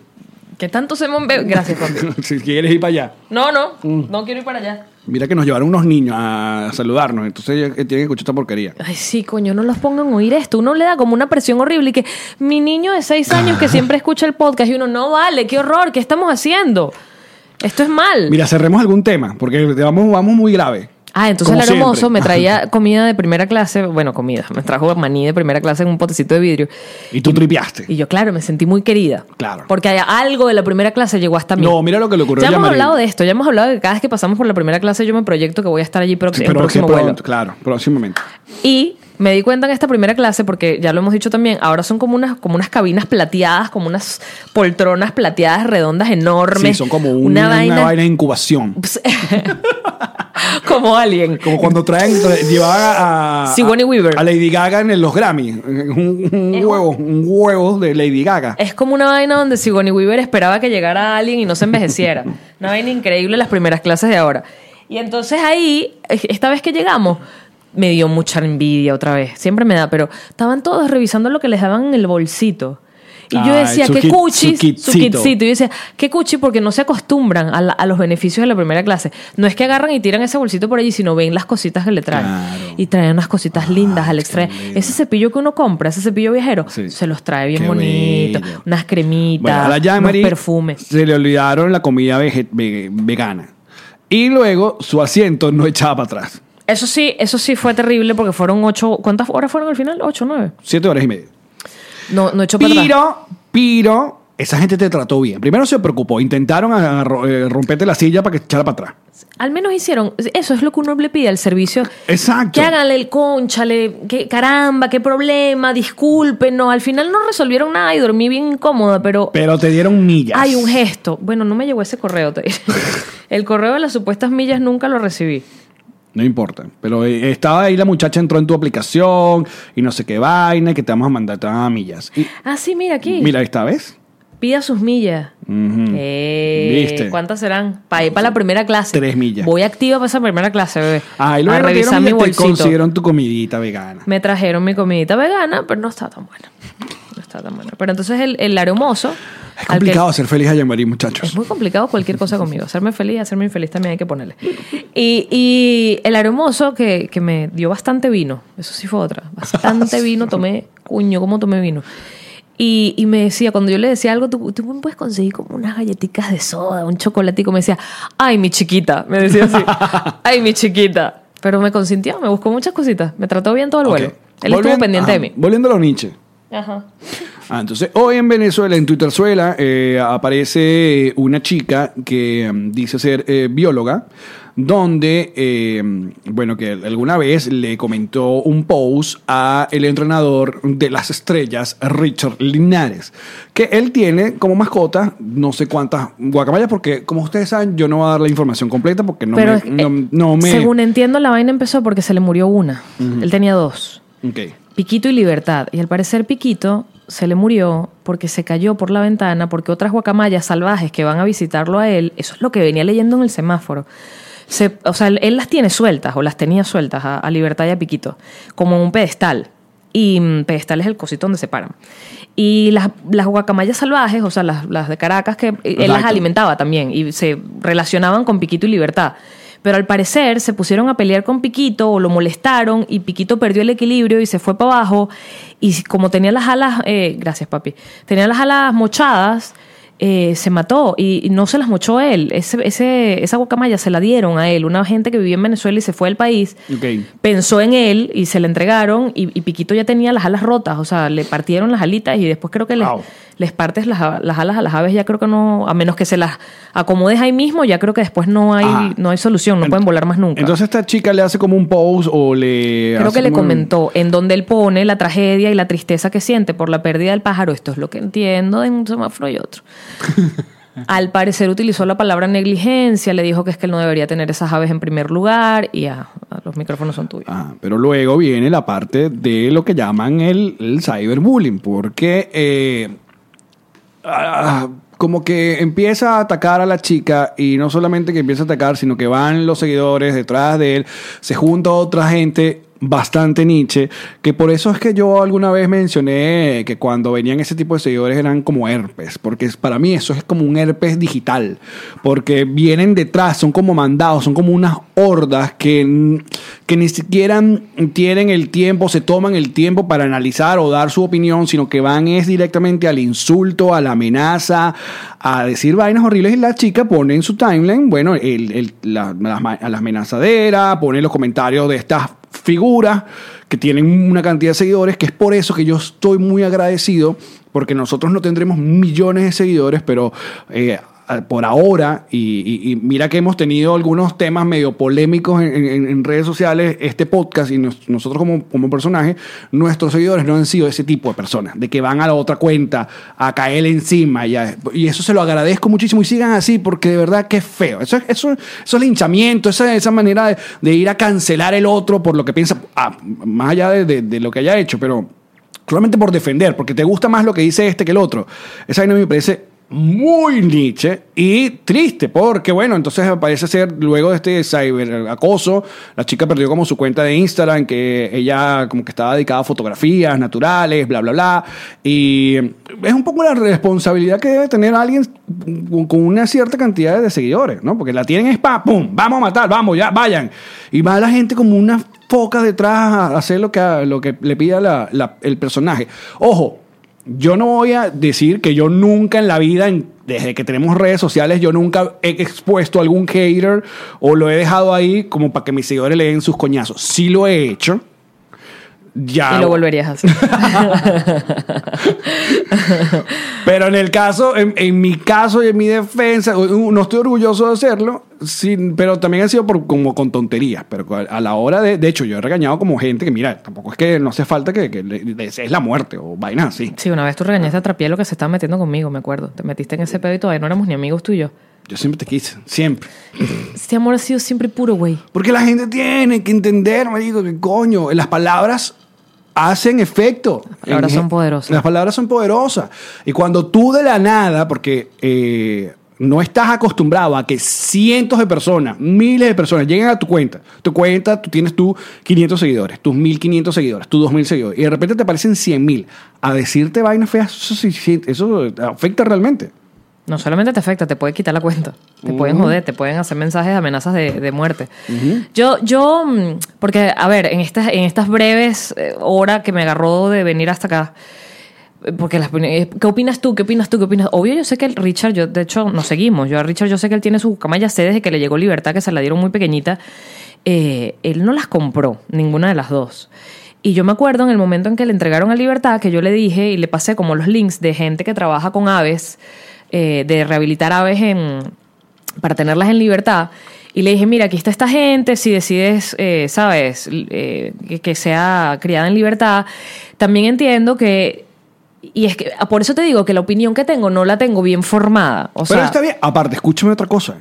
[SPEAKER 1] ¿Qué tanto semen bebe? Gracias,
[SPEAKER 2] <laughs>
[SPEAKER 1] papi.
[SPEAKER 2] si quieres ir para allá.
[SPEAKER 1] No, no,
[SPEAKER 2] Mm.
[SPEAKER 1] no quiero ir para allá.
[SPEAKER 2] Mira que nos llevaron unos niños a saludarnos, entonces ellos, eh, tienen que escuchar esta porquería.
[SPEAKER 1] Ay, sí, coño, no los pongan a oír esto. Uno le da como una presión horrible y que mi niño de seis años que siempre escucha el podcast y uno, no vale, qué horror, ¿qué estamos haciendo? Esto es mal.
[SPEAKER 2] Mira, cerremos algún tema, porque vamos, vamos muy grave.
[SPEAKER 1] Ah, entonces
[SPEAKER 2] Como
[SPEAKER 1] el hermoso
[SPEAKER 2] siempre.
[SPEAKER 1] me traía comida de primera clase, bueno, comida, me trajo maní de primera clase en un potecito de vidrio.
[SPEAKER 2] <laughs> Y tú tripiaste.
[SPEAKER 1] Y yo, claro, me sentí muy querida.
[SPEAKER 2] Claro.
[SPEAKER 1] Porque hay algo de la primera clase llegó hasta mí.
[SPEAKER 2] No, mira lo que le ocurrió a
[SPEAKER 1] Ya hemos
[SPEAKER 2] Yamarín.
[SPEAKER 1] hablado de esto, ya hemos hablado de que cada vez que pasamos por la primera clase yo me proyecto que voy a estar allí prox- el
[SPEAKER 2] pero
[SPEAKER 1] próximo
[SPEAKER 2] que
[SPEAKER 1] vuelo.
[SPEAKER 2] pronto, claro, próximamente.
[SPEAKER 1] Y me di cuenta en esta primera clase, porque ya lo hemos dicho también, ahora son como unas, como unas cabinas plateadas, como unas poltronas plateadas redondas
[SPEAKER 2] Sí,
[SPEAKER 1] enormes.
[SPEAKER 2] son como una, una vaina... de incubación.
[SPEAKER 1] <laughs> como alguien.
[SPEAKER 2] Como cuando traen, tra- llevaban a, a,
[SPEAKER 1] Sigourney Weaver.
[SPEAKER 2] a Lady Gaga en el- los Grammy. Un, un huevo, un huevo de Lady Gaga.
[SPEAKER 1] Es como una vaina donde Sigourney Weaver esperaba que llegara alguien y no se
[SPEAKER 2] <laughs>
[SPEAKER 1] envejeciera. Una vaina increíble las primeras clases de ahora. Y entonces ahí, esta vez que llegamos, me dio mucha envidia otra vez. Siempre me da, pero estaban todos revisando lo que les daban en el bolsito. Y yo
[SPEAKER 2] Ah,
[SPEAKER 1] decía,
[SPEAKER 2] su
[SPEAKER 1] qué
[SPEAKER 2] kit- su
[SPEAKER 1] cuchis, su
[SPEAKER 2] kitcito.
[SPEAKER 1] kitcito. Y yo decía, qué cuchi, porque no se acostumbran a, la- a los beneficios de la primera clase. No es que agarran y tiran ese bolsito por allí, sino ven las cositas que le traen.
[SPEAKER 2] Claro. Ah,
[SPEAKER 1] Y traen unas cositas lindas, Alex.
[SPEAKER 2] qué
[SPEAKER 1] Trae
[SPEAKER 2] lindo.
[SPEAKER 1] ese cepillo que uno compra, ese cepillo viajero,
[SPEAKER 2] Sí.
[SPEAKER 1] se los trae bien
[SPEAKER 2] Qué
[SPEAKER 1] bonito.
[SPEAKER 2] bello.
[SPEAKER 1] Unas cremitas,
[SPEAKER 2] Bueno, a la
[SPEAKER 1] unos
[SPEAKER 2] Yamari
[SPEAKER 1] perfumes.
[SPEAKER 2] se le olvidaron la comida vege- ve- vegana. Y luego su asiento no echaba para atrás.
[SPEAKER 1] Eso sí, eso sí fue terrible porque fueron ocho. ¿Cuántas horas fueron al final? ¿Ocho, nueve?
[SPEAKER 2] Siete horas y media.
[SPEAKER 1] No, no hecho para atrás.
[SPEAKER 2] Pero, pero, esa gente te trató bien. Primero se preocupó. Intentaron a- a ro- eh, romperte la silla para que echara para atrás.
[SPEAKER 1] Al menos hicieron. Eso es lo que uno le pide al servicio.
[SPEAKER 2] Exacto.
[SPEAKER 1] Que háganle el conchale, que caramba, qué problema, discúlpenos. Al final no resolvieron nada y dormí bien incómoda, pero.
[SPEAKER 2] Pero te dieron millas.
[SPEAKER 1] Hay un gesto. Bueno, no me llegó ese correo. te-
[SPEAKER 2] <laughs>
[SPEAKER 1] El correo de las supuestas millas nunca lo recibí.
[SPEAKER 2] No importa. Pero eh, estaba ahí, la muchacha entró en tu aplicación y no sé qué vaina, y que te vamos a mandar te van a dar millas. Y,
[SPEAKER 1] Ah, sí, mira aquí.
[SPEAKER 2] Mira, esta vez.
[SPEAKER 1] Pida sus millas.
[SPEAKER 2] Ujú.
[SPEAKER 1] Eh,
[SPEAKER 2] Mm. Viste.
[SPEAKER 1] ¿Cuántas serán? Para ir para la primera clase.
[SPEAKER 2] Tres millas.
[SPEAKER 1] Voy activa para esa primera clase, bebé.
[SPEAKER 2] Ah, y
[SPEAKER 1] a
[SPEAKER 2] luego te
[SPEAKER 1] revisar
[SPEAKER 2] dieron
[SPEAKER 1] mi
[SPEAKER 2] millas y te
[SPEAKER 1] bolsito.
[SPEAKER 2] consiguieron tu comidita vegana.
[SPEAKER 1] Me trajeron mi comidita vegana, pero no está tan buena. No está tan buena. Pero entonces el, el aromoso.
[SPEAKER 2] Es complicado ser feliz a Yamari, muchachos.
[SPEAKER 1] Es muy complicado cualquier cosa conmigo. Hacerme feliz, hacerme infeliz también hay que ponerle. Y, y el aromoso que, que me dio bastante vino. Eso sí fue otra.
[SPEAKER 2] <laughs>
[SPEAKER 1] Bastante vino tomé. Cuño, ¿cómo tomé vino? Y, y me decía, cuando yo le decía algo, tú, tú me puedes conseguir como unas galletitas de soda, un chocolatico. Me decía, ay, mi chiquita. Me decía así,
[SPEAKER 2] <laughs>
[SPEAKER 1] ay, mi chiquita. Pero me consintió, me buscó muchas cositas. Me trató bien todo el
[SPEAKER 2] Ok.
[SPEAKER 1] vuelo. Él estuvo
[SPEAKER 2] Volviendo-
[SPEAKER 1] pendiente
[SPEAKER 2] ajá,
[SPEAKER 1] de mí.
[SPEAKER 2] Volviendo a los Nietzsche.
[SPEAKER 1] Ajá.
[SPEAKER 2] Ah, entonces, hoy en Venezuela, en Twitterzuela, eh, aparece eh, una chica que mm, dice ser eh, bióloga, donde, eh, bueno, que alguna vez le comentó un post a el entrenador de las estrellas, Richard Linares, que él tiene como mascota no sé cuántas guacamayas, porque como ustedes saben, yo no voy a dar la información completa porque no
[SPEAKER 1] Pero
[SPEAKER 2] me...
[SPEAKER 1] es que,
[SPEAKER 2] no- no me-
[SPEAKER 1] según entiendo, la vaina empezó porque se le murió una. Él tenía dos.
[SPEAKER 2] Ok.
[SPEAKER 1] Piquito y Libertad. Y al parecer Piquito se le murió porque se cayó por la ventana, porque otras guacamayas salvajes que van a visitarlo a él, eso es lo que venía leyendo en el semáforo. Se- o sea, él, él las tiene sueltas, o las tenía sueltas a, a Libertad y a Piquito, como en un pedestal. Y mm, pedestal es el cosito donde se paran. Y las, las guacamayas salvajes, o sea, las, las de Caracas, que eh, él las
[SPEAKER 2] Exacto.
[SPEAKER 1] alimentaba también y se relacionaban con Piquito y Libertad. Pero al parecer se pusieron a pelear con Piquito o lo molestaron y Piquito perdió el equilibrio y se fue para abajo. Y como tenía las alas, eh, gracias papi, tenía las alas mochadas, eh, se mató y y no se las mochó él. Ese, ese- esa guacamaya se la dieron a él. Una gente que vivía en Venezuela y se fue del país
[SPEAKER 2] Ok.
[SPEAKER 1] pensó en él y se le entregaron y, y Piquito ya tenía las alas rotas, o sea, le partieron las alitas y después creo que les,
[SPEAKER 2] Au.
[SPEAKER 1] les partes las, a- las alas a las aves, ya creo que no, a menos que se las acomodes ahí mismo, ya creo que después no hay,
[SPEAKER 2] Ah.
[SPEAKER 1] no hay solución, no pueden volar más nunca.
[SPEAKER 2] Entonces esta chica le hace como un post o le...
[SPEAKER 1] Creo
[SPEAKER 2] hace
[SPEAKER 1] que le
[SPEAKER 2] como un-
[SPEAKER 1] comentó en donde él pone la tragedia y la tristeza que siente por la pérdida del pájaro. Esto es lo que entiendo de un semáforo
[SPEAKER 2] <laughs>
[SPEAKER 1] y otro. Al parecer utilizó la palabra negligencia, le dijo que es que él no debería tener esas aves en primer lugar y a, a los los micrófonos son tuyos.
[SPEAKER 2] Ajá, Ah, pero luego viene la parte de lo que llaman el, el cyberbullying, porque eh, ah, como que empieza a atacar a la chica y no solamente que empieza a atacar, sino que van los seguidores detrás de él, se junta otra gente bastante niche, que por eso es que yo alguna vez mencioné que cuando venían ese tipo de seguidores eran como herpes, porque es- para mí eso es como un herpes digital, porque vienen detrás, son como mandados, son como unas hordas que, n- que ni siquiera tienen el tiempo, se toman el tiempo para analizar o dar su opinión, sino que van es directamente al insulto, a la amenaza, a decir vainas horribles y la chica pone en su timeline, bueno, el, el- la- las ma- a las amenazaderas, pone los comentarios de estas figuras que tienen una cantidad de seguidores, que es por eso que yo estoy muy agradecido, porque nosotros no tendremos millones de seguidores, pero eh, a- por ahora, y, y- y mira que hemos tenido algunos temas medio polémicos en, en- en redes sociales, este podcast y nos- nosotros como, como personaje, nuestros seguidores no han sido ese tipo de personas, de que van a la otra cuenta a caer encima. Y, a- y eso se lo agradezco muchísimo y sigan así, porque de verdad que es feo. Eso, es- eso, eso es linchamiento, esa, esa manera de, de ir a cancelar el otro por lo que piensa, ah, más allá de, de- de lo que haya hecho, pero solamente por defender, porque te gusta más lo que dice este que el otro. Esa vaina me parece muy niche y triste, porque bueno, entonces parece ser luego de este cyberacoso, la chica perdió como su cuenta de Instagram, que ella como que estaba dedicada a fotografías naturales, bla, bla, bla, y es un poco la responsabilidad que debe tener alguien con- con una cierta cantidad de seguidores, ¿no? Porque la tienen es pa, pum, vamos a matar, vamos, ya, vayan. Y va la gente como una foca detrás a hacer lo que, lo que le pida la- la- el personaje. Ojo, yo no voy a decir que yo nunca en la vida, en- desde que tenemos redes sociales, yo nunca he expuesto a algún hater o lo he dejado ahí como para que mis seguidores le den sus coñazos. Sí lo he hecho. Ya.
[SPEAKER 1] y
[SPEAKER 2] <laughs>
[SPEAKER 1] lo volverías a hacer.
[SPEAKER 2] Pero en el caso, en, en mi caso y en mi defensa, u- u- no estoy orgulloso de hacerlo, sin- pero también ha sido por, como con tonterías. Pero a, a la hora de, de hecho, yo he regañado como gente que, mira, tampoco es que no hace falta que, que le- le- es la muerte o vaina así.
[SPEAKER 1] sí, una vez tú regañaste a Trapielo que se estaba metiendo conmigo, me acuerdo. Te metiste en ese pedo y todavía no éramos ni amigos tú y yo.
[SPEAKER 2] Yo siempre te quise, siempre.
[SPEAKER 1] Este amor ha sido siempre puro, güey.
[SPEAKER 2] Porque la gente tiene que entender, marico, que coño, las palabras hacen efecto. Las
[SPEAKER 1] palabras son poderosas.
[SPEAKER 2] Las palabras son poderosas. Y cuando tú de la nada, porque eh, no estás acostumbrado a que cientos de personas, miles de personas lleguen a tu cuenta, tu cuenta, tú tienes tus 500 seguidores, tus 1500 seguidores, tus 2000 seguidores, y de repente te aparecen 100.000 a decirte vainas feas, eso, sí- sí- eso afecta realmente.
[SPEAKER 1] No solamente te afecta, te puede quitar la cuenta. Te pueden joder, te pueden hacer mensajes de amenazas de, de muerte. Yo, yo, mm, porque, a ver, en estas, en estas breves eh, horas que me agarró de venir hasta acá, eh, porque las, opini- eh, ¿qué opinas tú? ¿Qué opinas tú? ¿Qué opinas? Obvio, yo sé que el Richard, yo, de hecho, nos seguimos. Yo a Richard, yo sé que él tiene su cama, ya sé desde que le llegó libertad, que se la dieron muy pequeñita. Eh, él no las compró, ninguna de las dos. Y yo me acuerdo en el momento en que le entregaron a libertad, que yo le dije y le pasé como los links de gente que trabaja con aves, eh, de rehabilitar aves en, para tenerlas en libertad. Y le dije, mira, aquí está esta gente, si decides, eh, sabes, l- eh, que, que sea criada en libertad, también entiendo que... Y es que ah, por eso te digo que la opinión que tengo no la tengo bien formada. O
[SPEAKER 2] Pero
[SPEAKER 1] sea,
[SPEAKER 2] está bien. Aparte, escúchame otra cosa.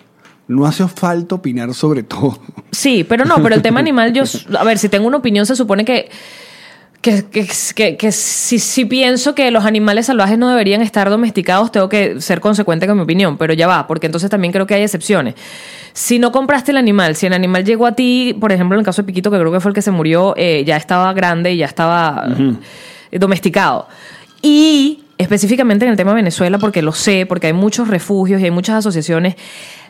[SPEAKER 2] No hace falta opinar sobre <laughs> todo.
[SPEAKER 1] Sí, pero no, pero
[SPEAKER 2] <laughs>
[SPEAKER 1] el tema animal, yo, s- a ver, si tengo una opinión, se supone que, que, que, que- que si, si pienso que los animales salvajes no deberían estar domesticados, tengo que ser consecuente con mi opinión, pero ya va, porque entonces también creo que hay excepciones. Si no compraste el animal, si el animal llegó a ti, por ejemplo, en el caso de Piquito, que creo que fue el que se murió, eh, ya estaba grande y ya estaba eh, domesticado. Y específicamente en el tema de Venezuela, porque lo sé, porque hay muchos refugios y hay muchas asociaciones.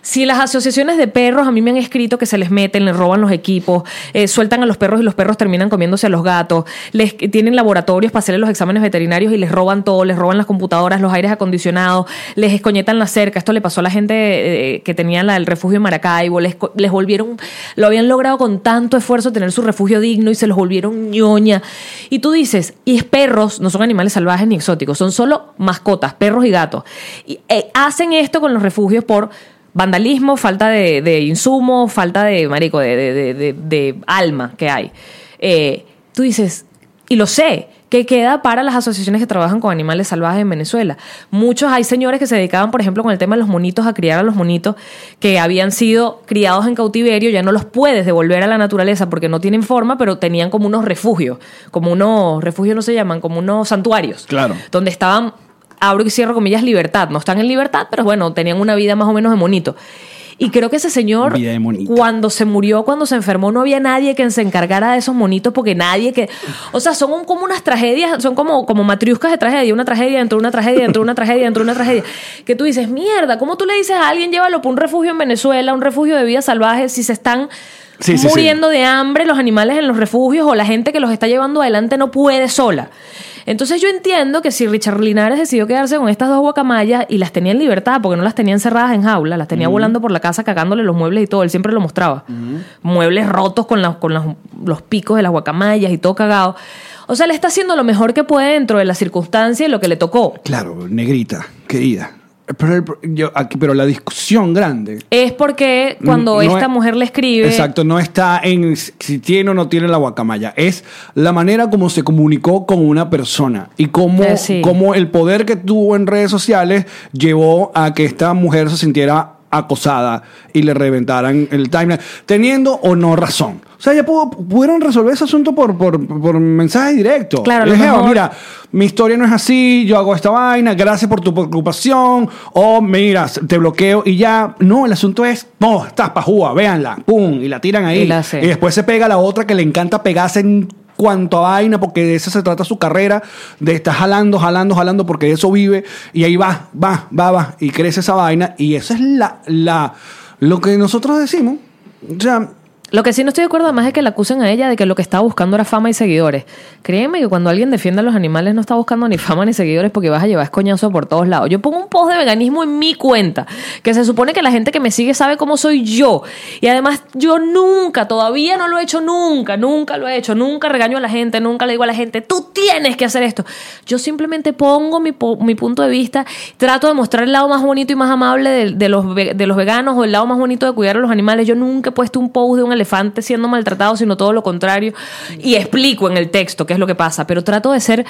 [SPEAKER 1] Si las asociaciones de perros a mí me han escrito que se les meten, les roban los equipos, eh, sueltan a los perros y los perros terminan comiéndose a los gatos, les tienen laboratorios para hacerle los exámenes veterinarios y les roban todo, les roban las computadoras, los aires acondicionados, les escoñetan la cerca. Esto le pasó a la gente eh, que tenía la- el refugio en Maracaibo, les, co- les volvieron, lo habían logrado con tanto esfuerzo tener su refugio digno y se los volvieron ñoña. Y tú dices, y es perros, no son animales salvajes ni exóticos, son solo mascotas, perros y gatos. Y, eh, hacen esto con los refugios por vandalismo, falta de, de insumos, falta de, marico, de, de- de- de- de alma que hay. Eh, tú dices, y lo sé, que queda para las asociaciones que trabajan con animales salvajes en Venezuela. Muchos hay señores que se dedicaban, por ejemplo, con el tema de los monitos, a criar a los monitos que habían sido criados en cautiverio, ya no los puedes devolver a la naturaleza porque no tienen forma, pero tenían como unos refugios, como unos refugios no se llaman, como unos santuarios.
[SPEAKER 2] Claro.
[SPEAKER 1] Donde estaban abro y cierro comillas, libertad. No están en libertad, pero bueno, tenían una vida más o menos de monito. Y creo que ese señor,
[SPEAKER 2] Vida de monito.
[SPEAKER 1] cuando se murió, cuando se enfermó, no había nadie que se encargara de esos monitos, porque nadie que... O sea, son un- como unas tragedias, son como, como matriuscas de tragedia, una tragedia dentro de una tragedia, dentro de una tragedia, dentro de una tragedia. Que tú dices, mierda, ¿cómo tú le dices a alguien, llévalo por un refugio en Venezuela, un refugio de vida salvaje, si se están
[SPEAKER 2] Sí, sí, sí.
[SPEAKER 1] muriendo muriendo de hambre los animales en los refugios o la gente que los está llevando adelante no puede sola. Entonces yo entiendo que si Richard Linares decidió quedarse con estas dos guacamayas y las tenía en libertad, porque no las tenía encerradas en jaula, las tenía volando por la casa cagándole los muebles y todo, él siempre lo mostraba. Muebles rotos con, las- con las- los picos de las guacamayas y todo cagado. O sea, le está haciendo lo mejor que puede dentro de la circunstancia y lo que le tocó.
[SPEAKER 2] Claro, negrita, querida. Pero, el- yo, aquí, pero la discusión grande.
[SPEAKER 1] Es porque cuando
[SPEAKER 2] No
[SPEAKER 1] esta
[SPEAKER 2] es-
[SPEAKER 1] mujer le escribe...
[SPEAKER 2] Exacto, no está en si tiene o no tiene la guacamaya. Es la manera como se comunicó con una persona y cómo,
[SPEAKER 1] Eh, sí.
[SPEAKER 2] cómo el poder que tuvo en redes sociales llevó a que esta mujer se sintiera acosada y le reventaran el timeline, teniendo o no razón. O sea, ya pudo- pudieron resolver ese asunto por, por, por mensaje directo.
[SPEAKER 1] Claro, a lo
[SPEAKER 2] Le dije, "Oh,
[SPEAKER 1] mejor-
[SPEAKER 2] mira, mi historia no es así, yo hago esta vaina, gracias por tu preocupación, o mira, te bloqueo y ya. No, el asunto es, no, estás pajúa, véanla, pum, y la tiran ahí.
[SPEAKER 1] Y la hace.
[SPEAKER 2] después se pega la otra que le encanta pegarse en cuanto a vaina, porque de eso se trata su carrera, de estar jalando, jalando, jalando, porque de eso vive, y ahí va, va, va, va, y crece esa vaina, y eso es la, la, lo que nosotros decimos. O sea,
[SPEAKER 1] Lo que sí no estoy de acuerdo además es que la acusen a ella de que lo que estaba buscando era fama y seguidores. Créeme que cuando alguien defiende a los animales no está buscando ni fama ni seguidores porque vas a llevar escoñazo por todos lados. Yo pongo un post de veganismo en mi cuenta, que se supone que la gente que me sigue sabe cómo soy yo. Y además yo nunca, todavía no lo he hecho nunca, nunca lo he hecho, nunca regaño a la gente, nunca le digo a la gente, tú tienes que hacer esto. Yo simplemente pongo mi, po- mi punto de vista, trato de mostrar el lado más bonito y más amable de, de los, ve- de los veganos o el lado más bonito de cuidar a los animales. Yo nunca he puesto un post de un elefante siendo maltratado, sino todo lo contrario. Y explico en el texto qué es lo que pasa, pero trato de ser...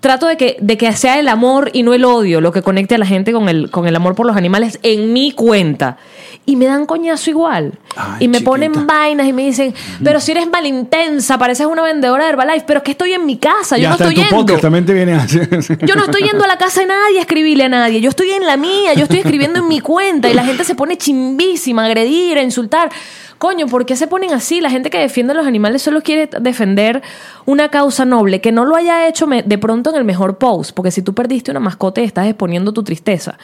[SPEAKER 1] Trato de que, de que sea el amor y no el odio lo que conecte a la gente con el, con el amor por los animales en mi cuenta. Y me dan coñazo igual.
[SPEAKER 2] Ay,
[SPEAKER 1] y me
[SPEAKER 2] chiquita.
[SPEAKER 1] ponen vainas y me dicen, pero si eres malintensa, pareces una vendedora de Herbalife, pero es que estoy en mi casa, yo
[SPEAKER 2] ya
[SPEAKER 1] no
[SPEAKER 2] está
[SPEAKER 1] estoy
[SPEAKER 2] en tu
[SPEAKER 1] yendo.
[SPEAKER 2] podcast, también te viene así.
[SPEAKER 1] <laughs>
[SPEAKER 2] <laughs>
[SPEAKER 1] Yo no estoy yendo a la casa de nadie a escribirle a nadie. Yo estoy en la mía, yo estoy escribiendo en mi cuenta y la gente se pone chimbísima a agredir, a insultar. Coño, ¿por qué se ponen así? La gente que defiende a los animales solo quiere defender una causa noble, que no lo haya hecho me- de pronto en el mejor post, porque si tú perdiste una mascota y estás exponiendo tu tristeza,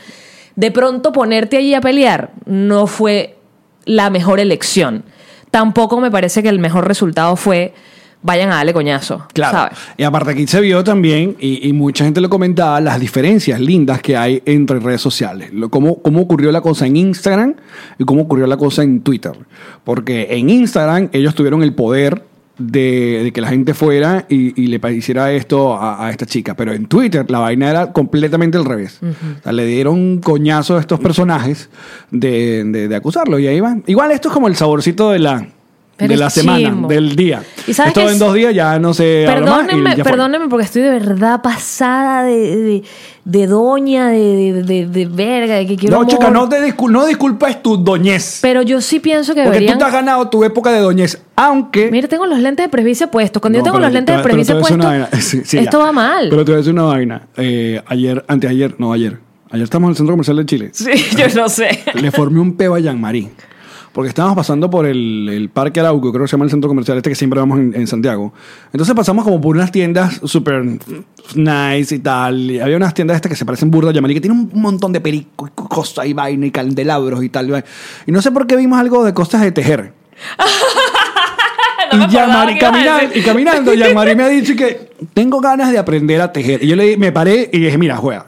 [SPEAKER 1] de pronto ponerte allí a pelear no fue la mejor elección. Tampoco me parece que el mejor resultado fue vayan a darle coñazo.
[SPEAKER 2] Claro.
[SPEAKER 1] ¿sabes?
[SPEAKER 2] Y aparte aquí se vio también, y, y mucha gente lo comentaba, las diferencias lindas que hay entre redes sociales. Lo- cómo, cómo ocurrió la cosa en Instagram y cómo ocurrió la cosa en Twitter. Porque en Instagram ellos tuvieron el poder de, de que la gente fuera y, y le pa- hiciera esto a, a esta chica. Pero en Twitter la vaina era completamente al revés. O sea, le dieron un coñazo a estos personajes de, de- de acusarlo. Y ahí van. Igual esto es como el saborcito de la...
[SPEAKER 1] Pero
[SPEAKER 2] de
[SPEAKER 1] es
[SPEAKER 2] la semana,
[SPEAKER 1] chimbo.
[SPEAKER 2] del día.
[SPEAKER 1] ¿Y sabes
[SPEAKER 2] Esto
[SPEAKER 1] qué
[SPEAKER 2] en
[SPEAKER 1] es?
[SPEAKER 2] dos días ya no se habla más y
[SPEAKER 1] Perdónenme,
[SPEAKER 2] ya fue.
[SPEAKER 1] perdónenme porque estoy de verdad pasada de, de, de doña, de, de, de- de verga, de que quiero
[SPEAKER 2] No,
[SPEAKER 1] amor.
[SPEAKER 2] chica, no, te discul- no disculpes tu doñez.
[SPEAKER 1] Pero yo sí pienso que
[SPEAKER 2] Porque tú
[SPEAKER 1] deberían...
[SPEAKER 2] te has ganado tu época de doñez. Aunque.
[SPEAKER 1] Mira, tengo los lentes de presbicia puestos. Cuando
[SPEAKER 2] No,
[SPEAKER 1] yo tengo
[SPEAKER 2] pero
[SPEAKER 1] los lentes
[SPEAKER 2] te-
[SPEAKER 1] de
[SPEAKER 2] pero te
[SPEAKER 1] presbicia
[SPEAKER 2] voy a decir una
[SPEAKER 1] puestos,
[SPEAKER 2] vaina. <laughs> Sí, sí,
[SPEAKER 1] esto
[SPEAKER 2] ya.
[SPEAKER 1] va mal.
[SPEAKER 2] Pero te voy a decir una vaina. Eh, ayer, anteayer, no, ayer. Ayer estamos en el Centro Comercial de Chile.
[SPEAKER 1] Sí, yo no sé.
[SPEAKER 2] <laughs> Le formé un peo a Jean-Marie. Porque estábamos pasando por el, el Parque Arauco, creo que se llama el centro comercial este que siempre vamos en, en Santiago. Entonces pasamos como por unas tiendas súper nice y tal. Y había unas tiendas estas que se parecen burda a Jean-Marie, que tienen un montón de perico y cosas y vaina y candelabros y tal. Y no sé por qué vimos algo de cosas de tejer.
[SPEAKER 1] <laughs> No me
[SPEAKER 2] y Yamari
[SPEAKER 1] acordaba que ibas a
[SPEAKER 2] caminando,
[SPEAKER 1] decir.
[SPEAKER 2] y caminando, Yamari me ha dicho que tengo ganas de aprender a tejer. Y yo le di- me paré y dije, mira, juega.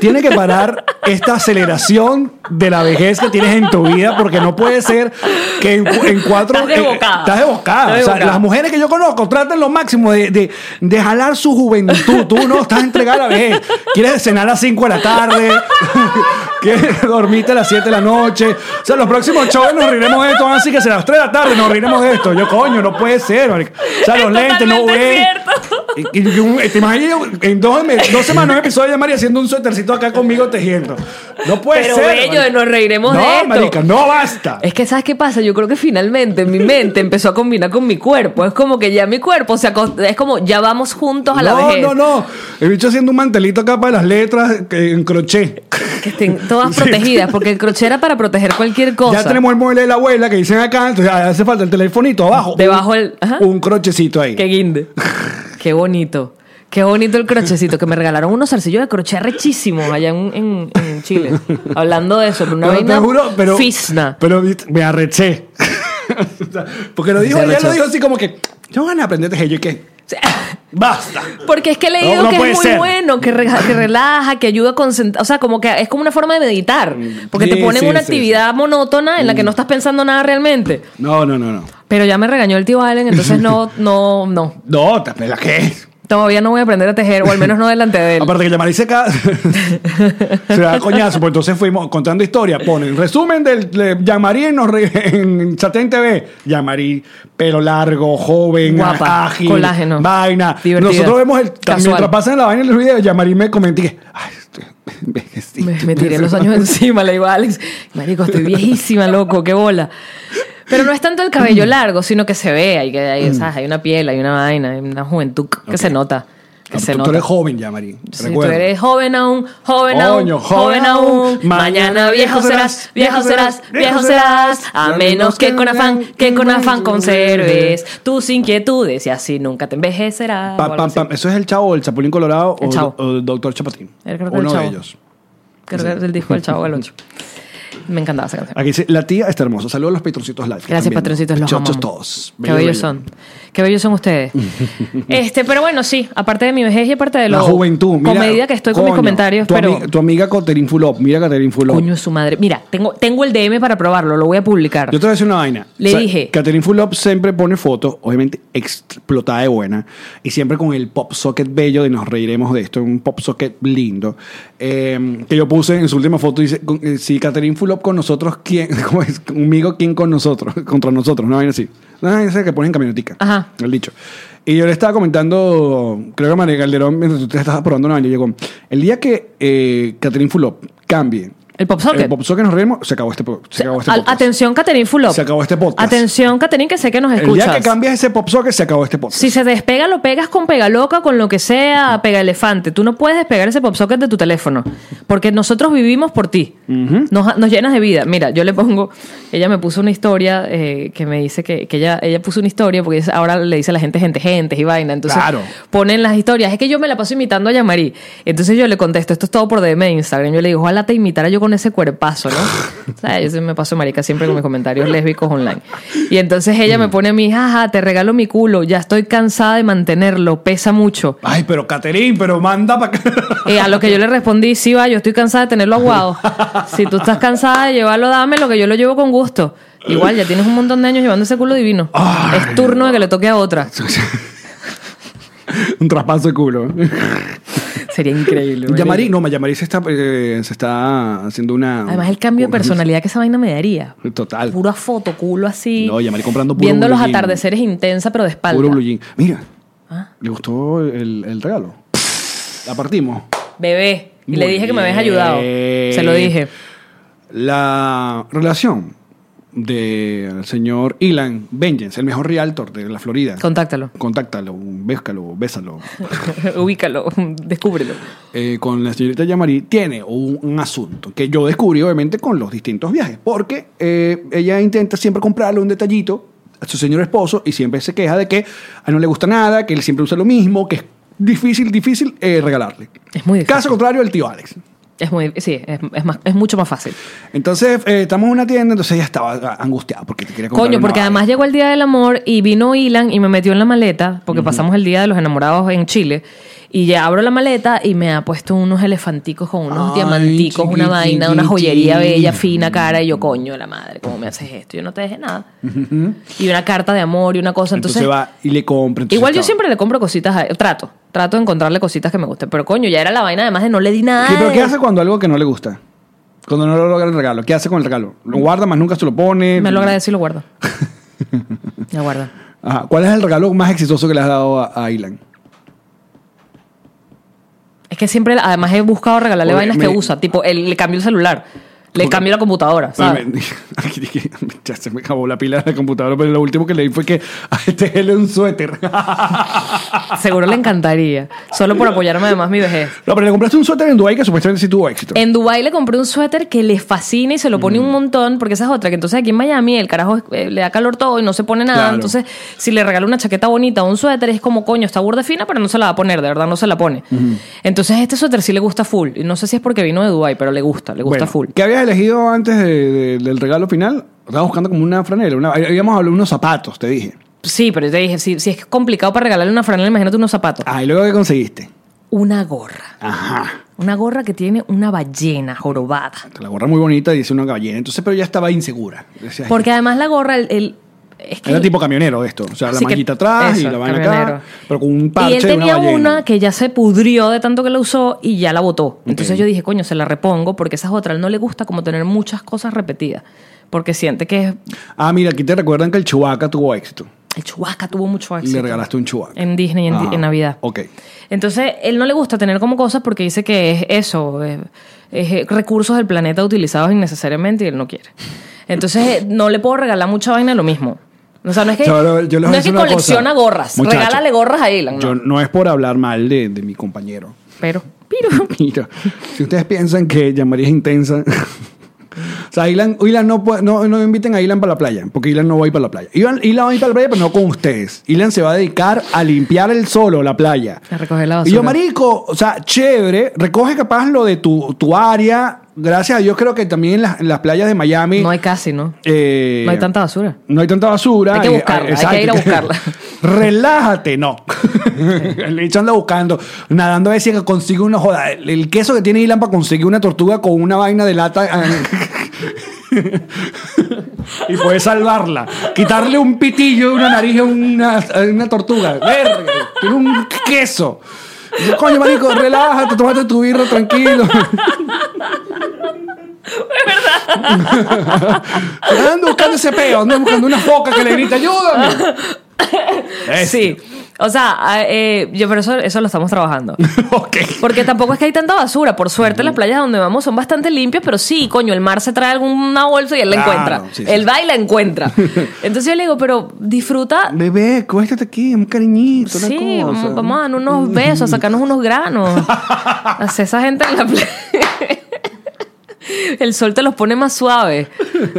[SPEAKER 2] Tiene que parar esta aceleración de la vejez que tienes en tu vida porque no puede ser que en, cu- en cuatro...
[SPEAKER 1] Estás desbocada.
[SPEAKER 2] estás desbocada.
[SPEAKER 1] Estás
[SPEAKER 2] O sea,
[SPEAKER 1] desbocada.
[SPEAKER 2] las mujeres que yo conozco tratan lo máximo de, de, de jalar su juventud. Tú no estás entregada a la vejez. Quieres cenar a las 5 de la tarde. <laughs> Quieres dormirte a las 7 de la noche. O sea, los próximos shows nos riremos de esto. Así que será a las 3 de la tarde nos riremos de esto. Yo, coño, no puede ser. marica. O sea, los
[SPEAKER 1] Es
[SPEAKER 2] lentes no
[SPEAKER 1] totalmente
[SPEAKER 2] ven.
[SPEAKER 1] cierto.
[SPEAKER 2] Y- y- y un- eh, ¿Te imaginas en dos, me-
[SPEAKER 1] <laughs>
[SPEAKER 2] dos semanas un episodio de María haciendo un suétercito acá conmigo tejiendo? No puede
[SPEAKER 1] Pero
[SPEAKER 2] ser.
[SPEAKER 1] bello,
[SPEAKER 2] marica.
[SPEAKER 1] nos reiremos
[SPEAKER 2] no,
[SPEAKER 1] de esto.
[SPEAKER 2] marica, no basta.
[SPEAKER 1] Es que, ¿sabes qué pasa? Yo creo que finalmente mi mente empezó a combinar con mi cuerpo. Es como que ya mi cuerpo se acost- Es como ya vamos juntos a la
[SPEAKER 2] no,
[SPEAKER 1] vejez.
[SPEAKER 2] no, no. He bicho haciendo un mantelito acá para las letras eh, en crochet.
[SPEAKER 1] Que estén todas protegidas, porque el crochet era para proteger cualquier cosa.
[SPEAKER 2] Ya tenemos el mueble de la abuela que dicen acá, entonces ah, hace falta el telefonito abajo.
[SPEAKER 1] Debajo
[SPEAKER 2] Un-
[SPEAKER 1] el- ajá.
[SPEAKER 2] Un crochecito ahí.
[SPEAKER 1] Qué guinde. Qué bonito. Qué bonito el crochecito, que me regalaron unos zarcillos de crochet rechísimos allá en, en- en Chile. Hablando de eso, pero una
[SPEAKER 2] Pero
[SPEAKER 1] vaina
[SPEAKER 2] te juro, pero,
[SPEAKER 1] fisna.
[SPEAKER 2] pero viste, me arreché. <laughs> O sea, Porque lo dijo,
[SPEAKER 1] Se
[SPEAKER 2] ella
[SPEAKER 1] arrechó.
[SPEAKER 2] lo dijo así como que, yo van a aprender tejer, yo ¿y qué. Basta.
[SPEAKER 1] Porque es que he leído
[SPEAKER 2] No, no
[SPEAKER 1] que
[SPEAKER 2] puede
[SPEAKER 1] es muy
[SPEAKER 2] ser.
[SPEAKER 1] bueno, que, re- que relaja, que ayuda a concentrar. O sea, como que es como una forma de meditar. Porque te
[SPEAKER 2] Sí,
[SPEAKER 1] ponen
[SPEAKER 2] sí,
[SPEAKER 1] una
[SPEAKER 2] sí, Mm.
[SPEAKER 1] actividad monótona en la que no estás pensando nada realmente.
[SPEAKER 2] No, no, no, no.
[SPEAKER 1] Pero ya me regañó el tío Allen,
[SPEAKER 2] <laughs>
[SPEAKER 1] entonces no, no, no.
[SPEAKER 2] No, te la que.
[SPEAKER 1] Todavía no voy a aprender a tejer, o al menos no delante de él.
[SPEAKER 2] Aparte que llamar se acá. <laughs> se da coñazo, pues entonces fuimos contando historia. Ponen resumen del de Yamari en, los re- en Satén TV. Yamari, pelo largo, joven,
[SPEAKER 1] Guapa,
[SPEAKER 2] ágil,
[SPEAKER 1] colágeno,
[SPEAKER 2] vaina.
[SPEAKER 1] divertida,
[SPEAKER 2] Nosotros vemos el.
[SPEAKER 1] casual.
[SPEAKER 2] Mientras pasan la vaina en los videos, Yamari me comenté que. Ay, estoy envejecido".
[SPEAKER 1] Me, me tiré los <laughs> años encima, le digo a Alex, marico, estoy viejísima, loco, qué bola. Pero no es tanto el cabello largo, sino que se ve, hay, que, hay, ¿sabes? hay una piel, hay una vaina, hay una juventud que
[SPEAKER 2] Ok.
[SPEAKER 1] se nota. Que
[SPEAKER 2] No,
[SPEAKER 1] se
[SPEAKER 2] tú,
[SPEAKER 1] nota.
[SPEAKER 2] tú eres joven, Yamari.
[SPEAKER 1] Sí, tú eres joven aún, joven
[SPEAKER 2] Coño,
[SPEAKER 1] aún, joven aún. Mañana viejo serás, viejo serás, viejo serás. A menos que con afán, que con afán conserves tus inquietudes y así nunca te envejecerás. o
[SPEAKER 2] Pam,
[SPEAKER 1] algo
[SPEAKER 2] pam,
[SPEAKER 1] así.
[SPEAKER 2] pam. ¿Eso es el chavo, el chapulín colorado
[SPEAKER 1] El
[SPEAKER 2] o-
[SPEAKER 1] Chavo.
[SPEAKER 2] o el doctor Chapatín?
[SPEAKER 1] Él creo que
[SPEAKER 2] Uno
[SPEAKER 1] el Chavo.
[SPEAKER 2] de ellos.
[SPEAKER 1] Creo que es el disco del chavo del <laughs> 8. Me encantaba esa canción.
[SPEAKER 2] Aquí dice, la tía está hermosa. Saludos a los patroncitos live. que
[SPEAKER 1] Gracias,
[SPEAKER 2] están viendo.
[SPEAKER 1] patroncitos, los
[SPEAKER 2] Chochos
[SPEAKER 1] amamos.
[SPEAKER 2] todos.
[SPEAKER 1] Qué bellos son. Qué bellos son
[SPEAKER 2] <laughs>
[SPEAKER 1] ustedes. este, pero bueno, sí, aparte de mi vejez y aparte de
[SPEAKER 2] La
[SPEAKER 1] lo
[SPEAKER 2] juventud. Mira,
[SPEAKER 1] comedida que estoy con mis
[SPEAKER 2] coño,
[SPEAKER 1] comentarios,
[SPEAKER 2] tu
[SPEAKER 1] pero
[SPEAKER 2] ami- tu amiga Caterin Fulop. Mira Caterin Fulop.
[SPEAKER 1] coño su madre. Mira, tengo tengo el DM para probarlo, lo voy a publicar.
[SPEAKER 2] Yo te voy a decir una vaina.
[SPEAKER 1] Le dije.
[SPEAKER 2] Catherine Fulop siempre pone fotos, obviamente explotada de buena, y siempre con el pop socket bello de nos reiremos de esto, un pop socket lindo. eh, que yo puse en su última foto, dice: con- eh, Si Catherine Fulop con nosotros, ¿quién? <laughs> ¿Cómo es? Conmigo, ¿quién con nosotros? <laughs> Contra nosotros, una vaina así. Una vaina esa que ponen en camionetica.
[SPEAKER 1] Ajá.
[SPEAKER 2] El dicho. Y yo le estaba comentando, creo que a María Calderón, mientras tú te estabas probando una vaina, llegó: El día que eh, Catherine Fulop cambie.
[SPEAKER 1] El pop socket.
[SPEAKER 2] El pop socket nos reiremos, se acabó este, po- se acabó este
[SPEAKER 1] Al-
[SPEAKER 2] podcast.
[SPEAKER 1] atención, Caterín Fulop.
[SPEAKER 2] Se acabó este podcast.
[SPEAKER 1] Atención, Caterín, que sé que nos
[SPEAKER 2] El
[SPEAKER 1] escuchas.
[SPEAKER 2] día que cambias ese pop socket se acabó este podcast.
[SPEAKER 1] Si se despega, lo pegas con pega loca, con lo que sea, pega elefante. Tú no puedes despegar ese pop socket de tu teléfono. Porque nosotros vivimos por ti. nos, nos llenas de vida. Mira, yo le pongo. Ella me puso una historia eh, que me dice que, que ella, ella puso una historia porque dice- ahora le dice a la gente, gente, gente y vaina. Entonces
[SPEAKER 2] Claro.
[SPEAKER 1] ponen las historias. Es que yo me la paso imitando a Yamari. Entonces yo le contesto, esto es todo por DM de Instagram. Yo le digo, ojalá te imitara yo con ese cuerpazo, ¿no? o sea, yo sí me paso marica siempre con mis comentarios lésbicos online. Y entonces ella me pone a mí, jaja, te regalo mi culo, ya estoy cansada de mantenerlo, pesa mucho.
[SPEAKER 2] Ay, pero Caterín, pero manda para acá. <laughs>
[SPEAKER 1] Y a lo que yo le respondí, sí, va, yo estoy cansada de tenerlo aguado. Si tú estás cansada de llevarlo, dame lo que yo lo llevo con gusto. Igual, ya tienes un montón de años llevando ese culo divino.
[SPEAKER 2] Ay.
[SPEAKER 1] es turno de que le toque a otra.
[SPEAKER 2] Un traspaso de
[SPEAKER 1] <laughs>
[SPEAKER 2] culo.
[SPEAKER 1] Sería increíble.
[SPEAKER 2] Yamari, no, Yamari se está, eh, se está haciendo una.
[SPEAKER 1] Además, el cambio de
[SPEAKER 2] una-
[SPEAKER 1] personalidad que esa vaina me daría.
[SPEAKER 2] Total.
[SPEAKER 1] Pura foto, culo así.
[SPEAKER 2] No, Yamari comprando puro
[SPEAKER 1] Viendo
[SPEAKER 2] blue
[SPEAKER 1] los
[SPEAKER 2] jean.
[SPEAKER 1] atardeceres intensa, pero de espalda.
[SPEAKER 2] Puro blue jean. Mira,
[SPEAKER 1] Ah.
[SPEAKER 2] le gustó el, el regalo. La partimos.
[SPEAKER 1] Bebé. Y le
[SPEAKER 2] Muy
[SPEAKER 1] dije que me habías
[SPEAKER 2] bien.
[SPEAKER 1] ayudado. Se lo dije.
[SPEAKER 2] La relación del señor Ilan Vengeance, el mejor realtor de la Florida. <laughs>
[SPEAKER 1] Contáctalo. <laughs>
[SPEAKER 2] Contáctalo, béscalo, bésalo.
[SPEAKER 1] Ubícalo. <laughs> Descúbrelo.
[SPEAKER 2] eh, con la señorita Yamari tiene un, un asunto que yo descubrí obviamente con los distintos viajes, porque eh, ella intenta siempre comprarle un detallito a su señor esposo y siempre se queja de que a él no le gusta nada, que él siempre usa lo mismo, que es difícil, difícil eh, regalarle.
[SPEAKER 1] Es muy difícil.
[SPEAKER 2] Caso contrario, el tío Alex.
[SPEAKER 1] Es muy, sí, es, es más, es mucho más fácil.
[SPEAKER 2] Entonces, eh, estamos en una tienda, entonces ella estaba ah, angustiada porque te quería comprar.
[SPEAKER 1] Coño,
[SPEAKER 2] una
[SPEAKER 1] porque
[SPEAKER 2] vaina.
[SPEAKER 1] además llegó el día del amor y vino Ilan y me metió en la maleta, porque pasamos el día de los enamorados en Chile. Y ya abro la maleta y me ha puesto unos elefanticos con unos
[SPEAKER 2] Ay,
[SPEAKER 1] diamanticos, una vaina, una
[SPEAKER 2] chiquitiqui.
[SPEAKER 1] joyería bella, fina, cara. Y yo, coño, la madre, ¿cómo me haces esto? Yo no te dejé nada. Y una carta de amor y una cosa.
[SPEAKER 2] Entonces,
[SPEAKER 1] Entonces,
[SPEAKER 2] va y le compra. entonces
[SPEAKER 1] igual yo
[SPEAKER 2] estaba-
[SPEAKER 1] siempre le compro cositas, a- trato, trato de encontrarle cositas que me gusten. Pero coño, ya era la vaina, además de no le di nada.
[SPEAKER 2] Sí, pero ¿qué
[SPEAKER 1] de-
[SPEAKER 2] hace cuando algo que no le gusta? Cuando no logra el regalo. ¿Qué hace con el regalo? ¿Lo guarda, más nunca se lo pone?
[SPEAKER 1] Me lo agradece y
[SPEAKER 2] <laughs>
[SPEAKER 1] lo guardo. lo guardo.
[SPEAKER 2] Ajá. ¿Cuál es el regalo más exitoso que le has dado a, a Ilan?
[SPEAKER 1] que siempre, además he buscado regalarle
[SPEAKER 2] Oye,
[SPEAKER 1] vainas
[SPEAKER 2] me-
[SPEAKER 1] que usa. Tipo, el- le cambio el celular, le
[SPEAKER 2] Porque-
[SPEAKER 1] cambio la computadora, ¿sabes?
[SPEAKER 2] Pues <laughs> ya se me acabó la pila de la computadora, pero lo último que leí fue que <laughs> a este es un suéter. <laughs>
[SPEAKER 1] Seguro le encantaría. Solo por apoyarme además mi vejez.
[SPEAKER 2] No, pero le compraste un suéter en Dubái que supuestamente sí tuvo éxito.
[SPEAKER 1] En Dubai le compré un suéter que le fascina y se lo pone
[SPEAKER 2] Mm.
[SPEAKER 1] un montón, porque esa es otra, que entonces aquí en Miami el carajo eh, le da calor todo y no se pone nada.
[SPEAKER 2] Claro.
[SPEAKER 1] Entonces, si le regalo una chaqueta bonita o un suéter, es como, coño, está burda fina, pero no se la va a poner, de verdad, no se la pone. Entonces, este suéter sí le gusta full. Y no sé si es porque vino de Dubai, pero le gusta, le gusta
[SPEAKER 2] Bueno,
[SPEAKER 1] full.
[SPEAKER 2] ¿Qué habías elegido antes de- de- del regalo final? Estaba buscando como una franela. Una, habíamos hablado de unos zapatos, te dije.
[SPEAKER 1] Sí, pero yo te dije, si, si es complicado para regalarle una franela, imagínate unos zapatos.
[SPEAKER 2] Ah, y luego ¿qué conseguiste?
[SPEAKER 1] Una gorra.
[SPEAKER 2] Ajá.
[SPEAKER 1] Una gorra que tiene una ballena jorobada.
[SPEAKER 2] La gorra muy bonita, dice una gallina. Entonces, pero ya estaba insegura. Decía,
[SPEAKER 1] Porque además la gorra, el... el- es que
[SPEAKER 2] Era tipo camionero esto. O sea, la
[SPEAKER 1] Así que-
[SPEAKER 2] manguita atrás y
[SPEAKER 1] eso,
[SPEAKER 2] la vaina
[SPEAKER 1] camionero.
[SPEAKER 2] acá. Pero con un parche
[SPEAKER 1] y él tenía
[SPEAKER 2] de
[SPEAKER 1] una,
[SPEAKER 2] una,
[SPEAKER 1] que ya se pudrió de tanto que la usó y ya la botó. Entonces
[SPEAKER 2] Ok.
[SPEAKER 1] yo dije, coño, se la repongo porque esa es otra. A él no le gusta como tener muchas cosas repetidas. Porque siente que es-
[SPEAKER 2] Ah, mira, aquí te recuerdan que el Chewbacca tuvo éxito.
[SPEAKER 1] el Chewbacca tuvo mucho
[SPEAKER 2] Y
[SPEAKER 1] éxito.
[SPEAKER 2] le regalaste un Chewbacca.
[SPEAKER 1] En Disney, en, di-
[SPEAKER 2] Ajá.
[SPEAKER 1] en Navidad.
[SPEAKER 2] Ok.
[SPEAKER 1] Entonces, él no le gusta tener como cosas porque dice que es eso, es, es, eh, recursos del planeta utilizados innecesariamente y él no quiere. Entonces, eh, no le puedo regalar mucha vaina de lo mismo. O sea, no es que,
[SPEAKER 2] Yo- yo les voy a
[SPEAKER 1] no es
[SPEAKER 2] decir
[SPEAKER 1] que
[SPEAKER 2] una cosa.
[SPEAKER 1] colecciona gorras.
[SPEAKER 2] Muchacho,
[SPEAKER 1] Regálale gorras a Ilan. ¿no?
[SPEAKER 2] Yo no es por hablar mal de, de mi compañero. <laughs>
[SPEAKER 1] Pero, pero.
[SPEAKER 2] Mira, si ustedes piensan que Jean María es intensa. <laughs> O sea, Ilan, Ilan no, puede- no, no inviten a Ilan para la playa, porque Ilan no va a ir para la playa. Ilan, Ilan va a ir para la playa, pero no con ustedes. Ilan se va a dedicar a limpiar el solo la playa.
[SPEAKER 1] A recoger la
[SPEAKER 2] Y yo,
[SPEAKER 1] basura.
[SPEAKER 2] marico, o sea, chévere, recoge capaz lo de tu, tu área. Gracias a Dios creo que también en las, en las playas de Miami...
[SPEAKER 1] No hay casi, ¿no?
[SPEAKER 2] eh,
[SPEAKER 1] no hay tanta basura.
[SPEAKER 2] No hay tanta basura.
[SPEAKER 1] Hay que
[SPEAKER 2] Eh,
[SPEAKER 1] buscarla, hay que ir a buscarla.
[SPEAKER 2] <laughs> Relájate, no. <laughs> Le hecho anda buscando, nadando a ver si consigue una joda. El, el queso que tiene Ilan para conseguir una tortuga con una vaina de lata. eh, <laughs> y puede salvarla. Quitarle un pitillo de una nariz a una, a una tortuga. Verga, tiene un queso. Y yo, Coño, marico, relájate, tómate tu birra tranquilo. <laughs> Ando buscando ese peo, ando buscando una foca que le grita, ayúdame.
[SPEAKER 1] Sí. O sea, ah, eh, yo, pero eso, eso lo estamos trabajando.
[SPEAKER 2] <laughs> ok.
[SPEAKER 1] Porque tampoco es que hay tanta basura. Por suerte, las playas donde vamos son bastante limpias, pero sí, coño, el mar se trae alguna bolsa y él la
[SPEAKER 2] Claro,
[SPEAKER 1] encuentra.
[SPEAKER 2] sí, sí,
[SPEAKER 1] él
[SPEAKER 2] sí.
[SPEAKER 1] va y la
[SPEAKER 2] <laughs>
[SPEAKER 1] encuentra. Entonces yo le digo, pero disfruta.
[SPEAKER 2] Bebé, cuéstate aquí, un cariñito, una
[SPEAKER 1] Sí,
[SPEAKER 2] cosa.
[SPEAKER 1] vamos, vamos a darnos unos besos, a sacarnos unos
[SPEAKER 2] <laughs>
[SPEAKER 1] granos. Hace esa gente en la playa. <laughs> El sol te los pone más suaves,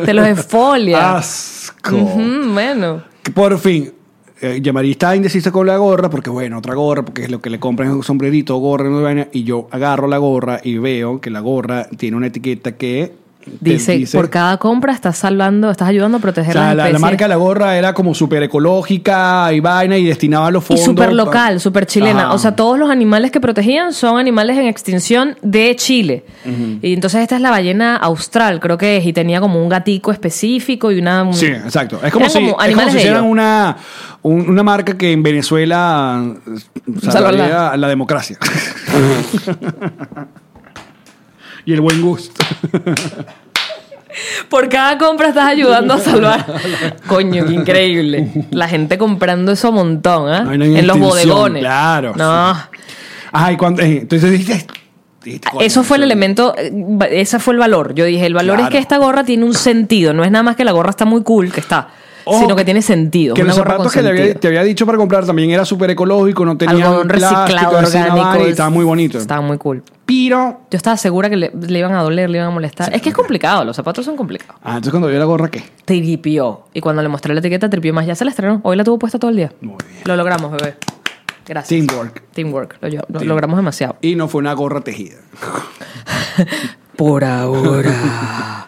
[SPEAKER 1] te los esfolia.
[SPEAKER 2] <laughs> Asco.
[SPEAKER 1] Ujú, bueno.
[SPEAKER 2] Que Por fin. Eh, Yamari está indecisa con la gorra porque, bueno, otra gorra, porque es lo que le compran es un sombrerito, gorra, una vaina, y yo agarro la gorra y veo que la gorra tiene una etiqueta que te
[SPEAKER 1] Dice, por cada compra estás salvando, estás ayudando a proteger
[SPEAKER 2] o sea,
[SPEAKER 1] las
[SPEAKER 2] la, la
[SPEAKER 1] especies.
[SPEAKER 2] marca de la gorra era como súper ecológica y vaina y destinaba a los
[SPEAKER 1] y
[SPEAKER 2] fondos.
[SPEAKER 1] súper local, súper chilena.
[SPEAKER 2] Ajá.
[SPEAKER 1] O sea, todos los animales que protegían son animales en extinción de Chile. Y entonces esta es la ballena austral, creo que es. Y tenía como un gatico específico y una... un-
[SPEAKER 2] Sí, exacto. Es como
[SPEAKER 1] Eran
[SPEAKER 2] si,
[SPEAKER 1] como
[SPEAKER 2] es como
[SPEAKER 1] animales
[SPEAKER 2] si
[SPEAKER 1] de
[SPEAKER 2] hicieran
[SPEAKER 1] ellos.
[SPEAKER 2] una, un- una marca que en Venezuela eh, salvaría
[SPEAKER 1] Salvarla.
[SPEAKER 2] la democracia. <laughs> y el buen gusto.
[SPEAKER 1] Por cada compra estás ayudando
[SPEAKER 2] <laughs>
[SPEAKER 1] a salvar. Coño, qué increíble. La gente comprando eso a montón, ¿ah?
[SPEAKER 2] Vaina
[SPEAKER 1] En los
[SPEAKER 2] extinción,
[SPEAKER 1] bodegones.
[SPEAKER 2] claro,
[SPEAKER 1] No.
[SPEAKER 2] Ay, cuando, eh, entonces dijiste... dijiste, coño,
[SPEAKER 1] Eso fue el
[SPEAKER 2] sí.
[SPEAKER 1] elemento, eh, va- ese fue el valor. Yo dije, el valor
[SPEAKER 2] Claro.
[SPEAKER 1] es que esta gorra tiene un sentido. No es nada más que la gorra está muy cool, que está,
[SPEAKER 2] Ojo,
[SPEAKER 1] sino que tiene sentido.
[SPEAKER 2] Que
[SPEAKER 1] una
[SPEAKER 2] los
[SPEAKER 1] gorra con
[SPEAKER 2] zapatos que le había-
[SPEAKER 1] sentido.
[SPEAKER 2] te había dicho para comprar también era súper ecológico, no tenía
[SPEAKER 1] Algodón reciclado, orgánico.
[SPEAKER 2] y estaba muy bonito.
[SPEAKER 1] Estaba muy cool.
[SPEAKER 2] Piro.
[SPEAKER 1] Yo estaba segura que le, le iban a doler, le iban a molestar. es que es complicado, los zapatos son complicados.
[SPEAKER 2] Ah, entonces cuando vio la gorra, ¿qué?
[SPEAKER 1] Tripió. Y cuando le mostré la etiqueta, tripió más. Ya se la estrenó. Hoy la tuvo puesta todo el día.
[SPEAKER 2] Muy bien.
[SPEAKER 1] Lo logramos, bebé. Gracias.
[SPEAKER 2] Teamwork.
[SPEAKER 1] Teamwork. Lo, lo logramos demasiado.
[SPEAKER 2] Y no fue una gorra tejida. <laughs>
[SPEAKER 1] Por ahora.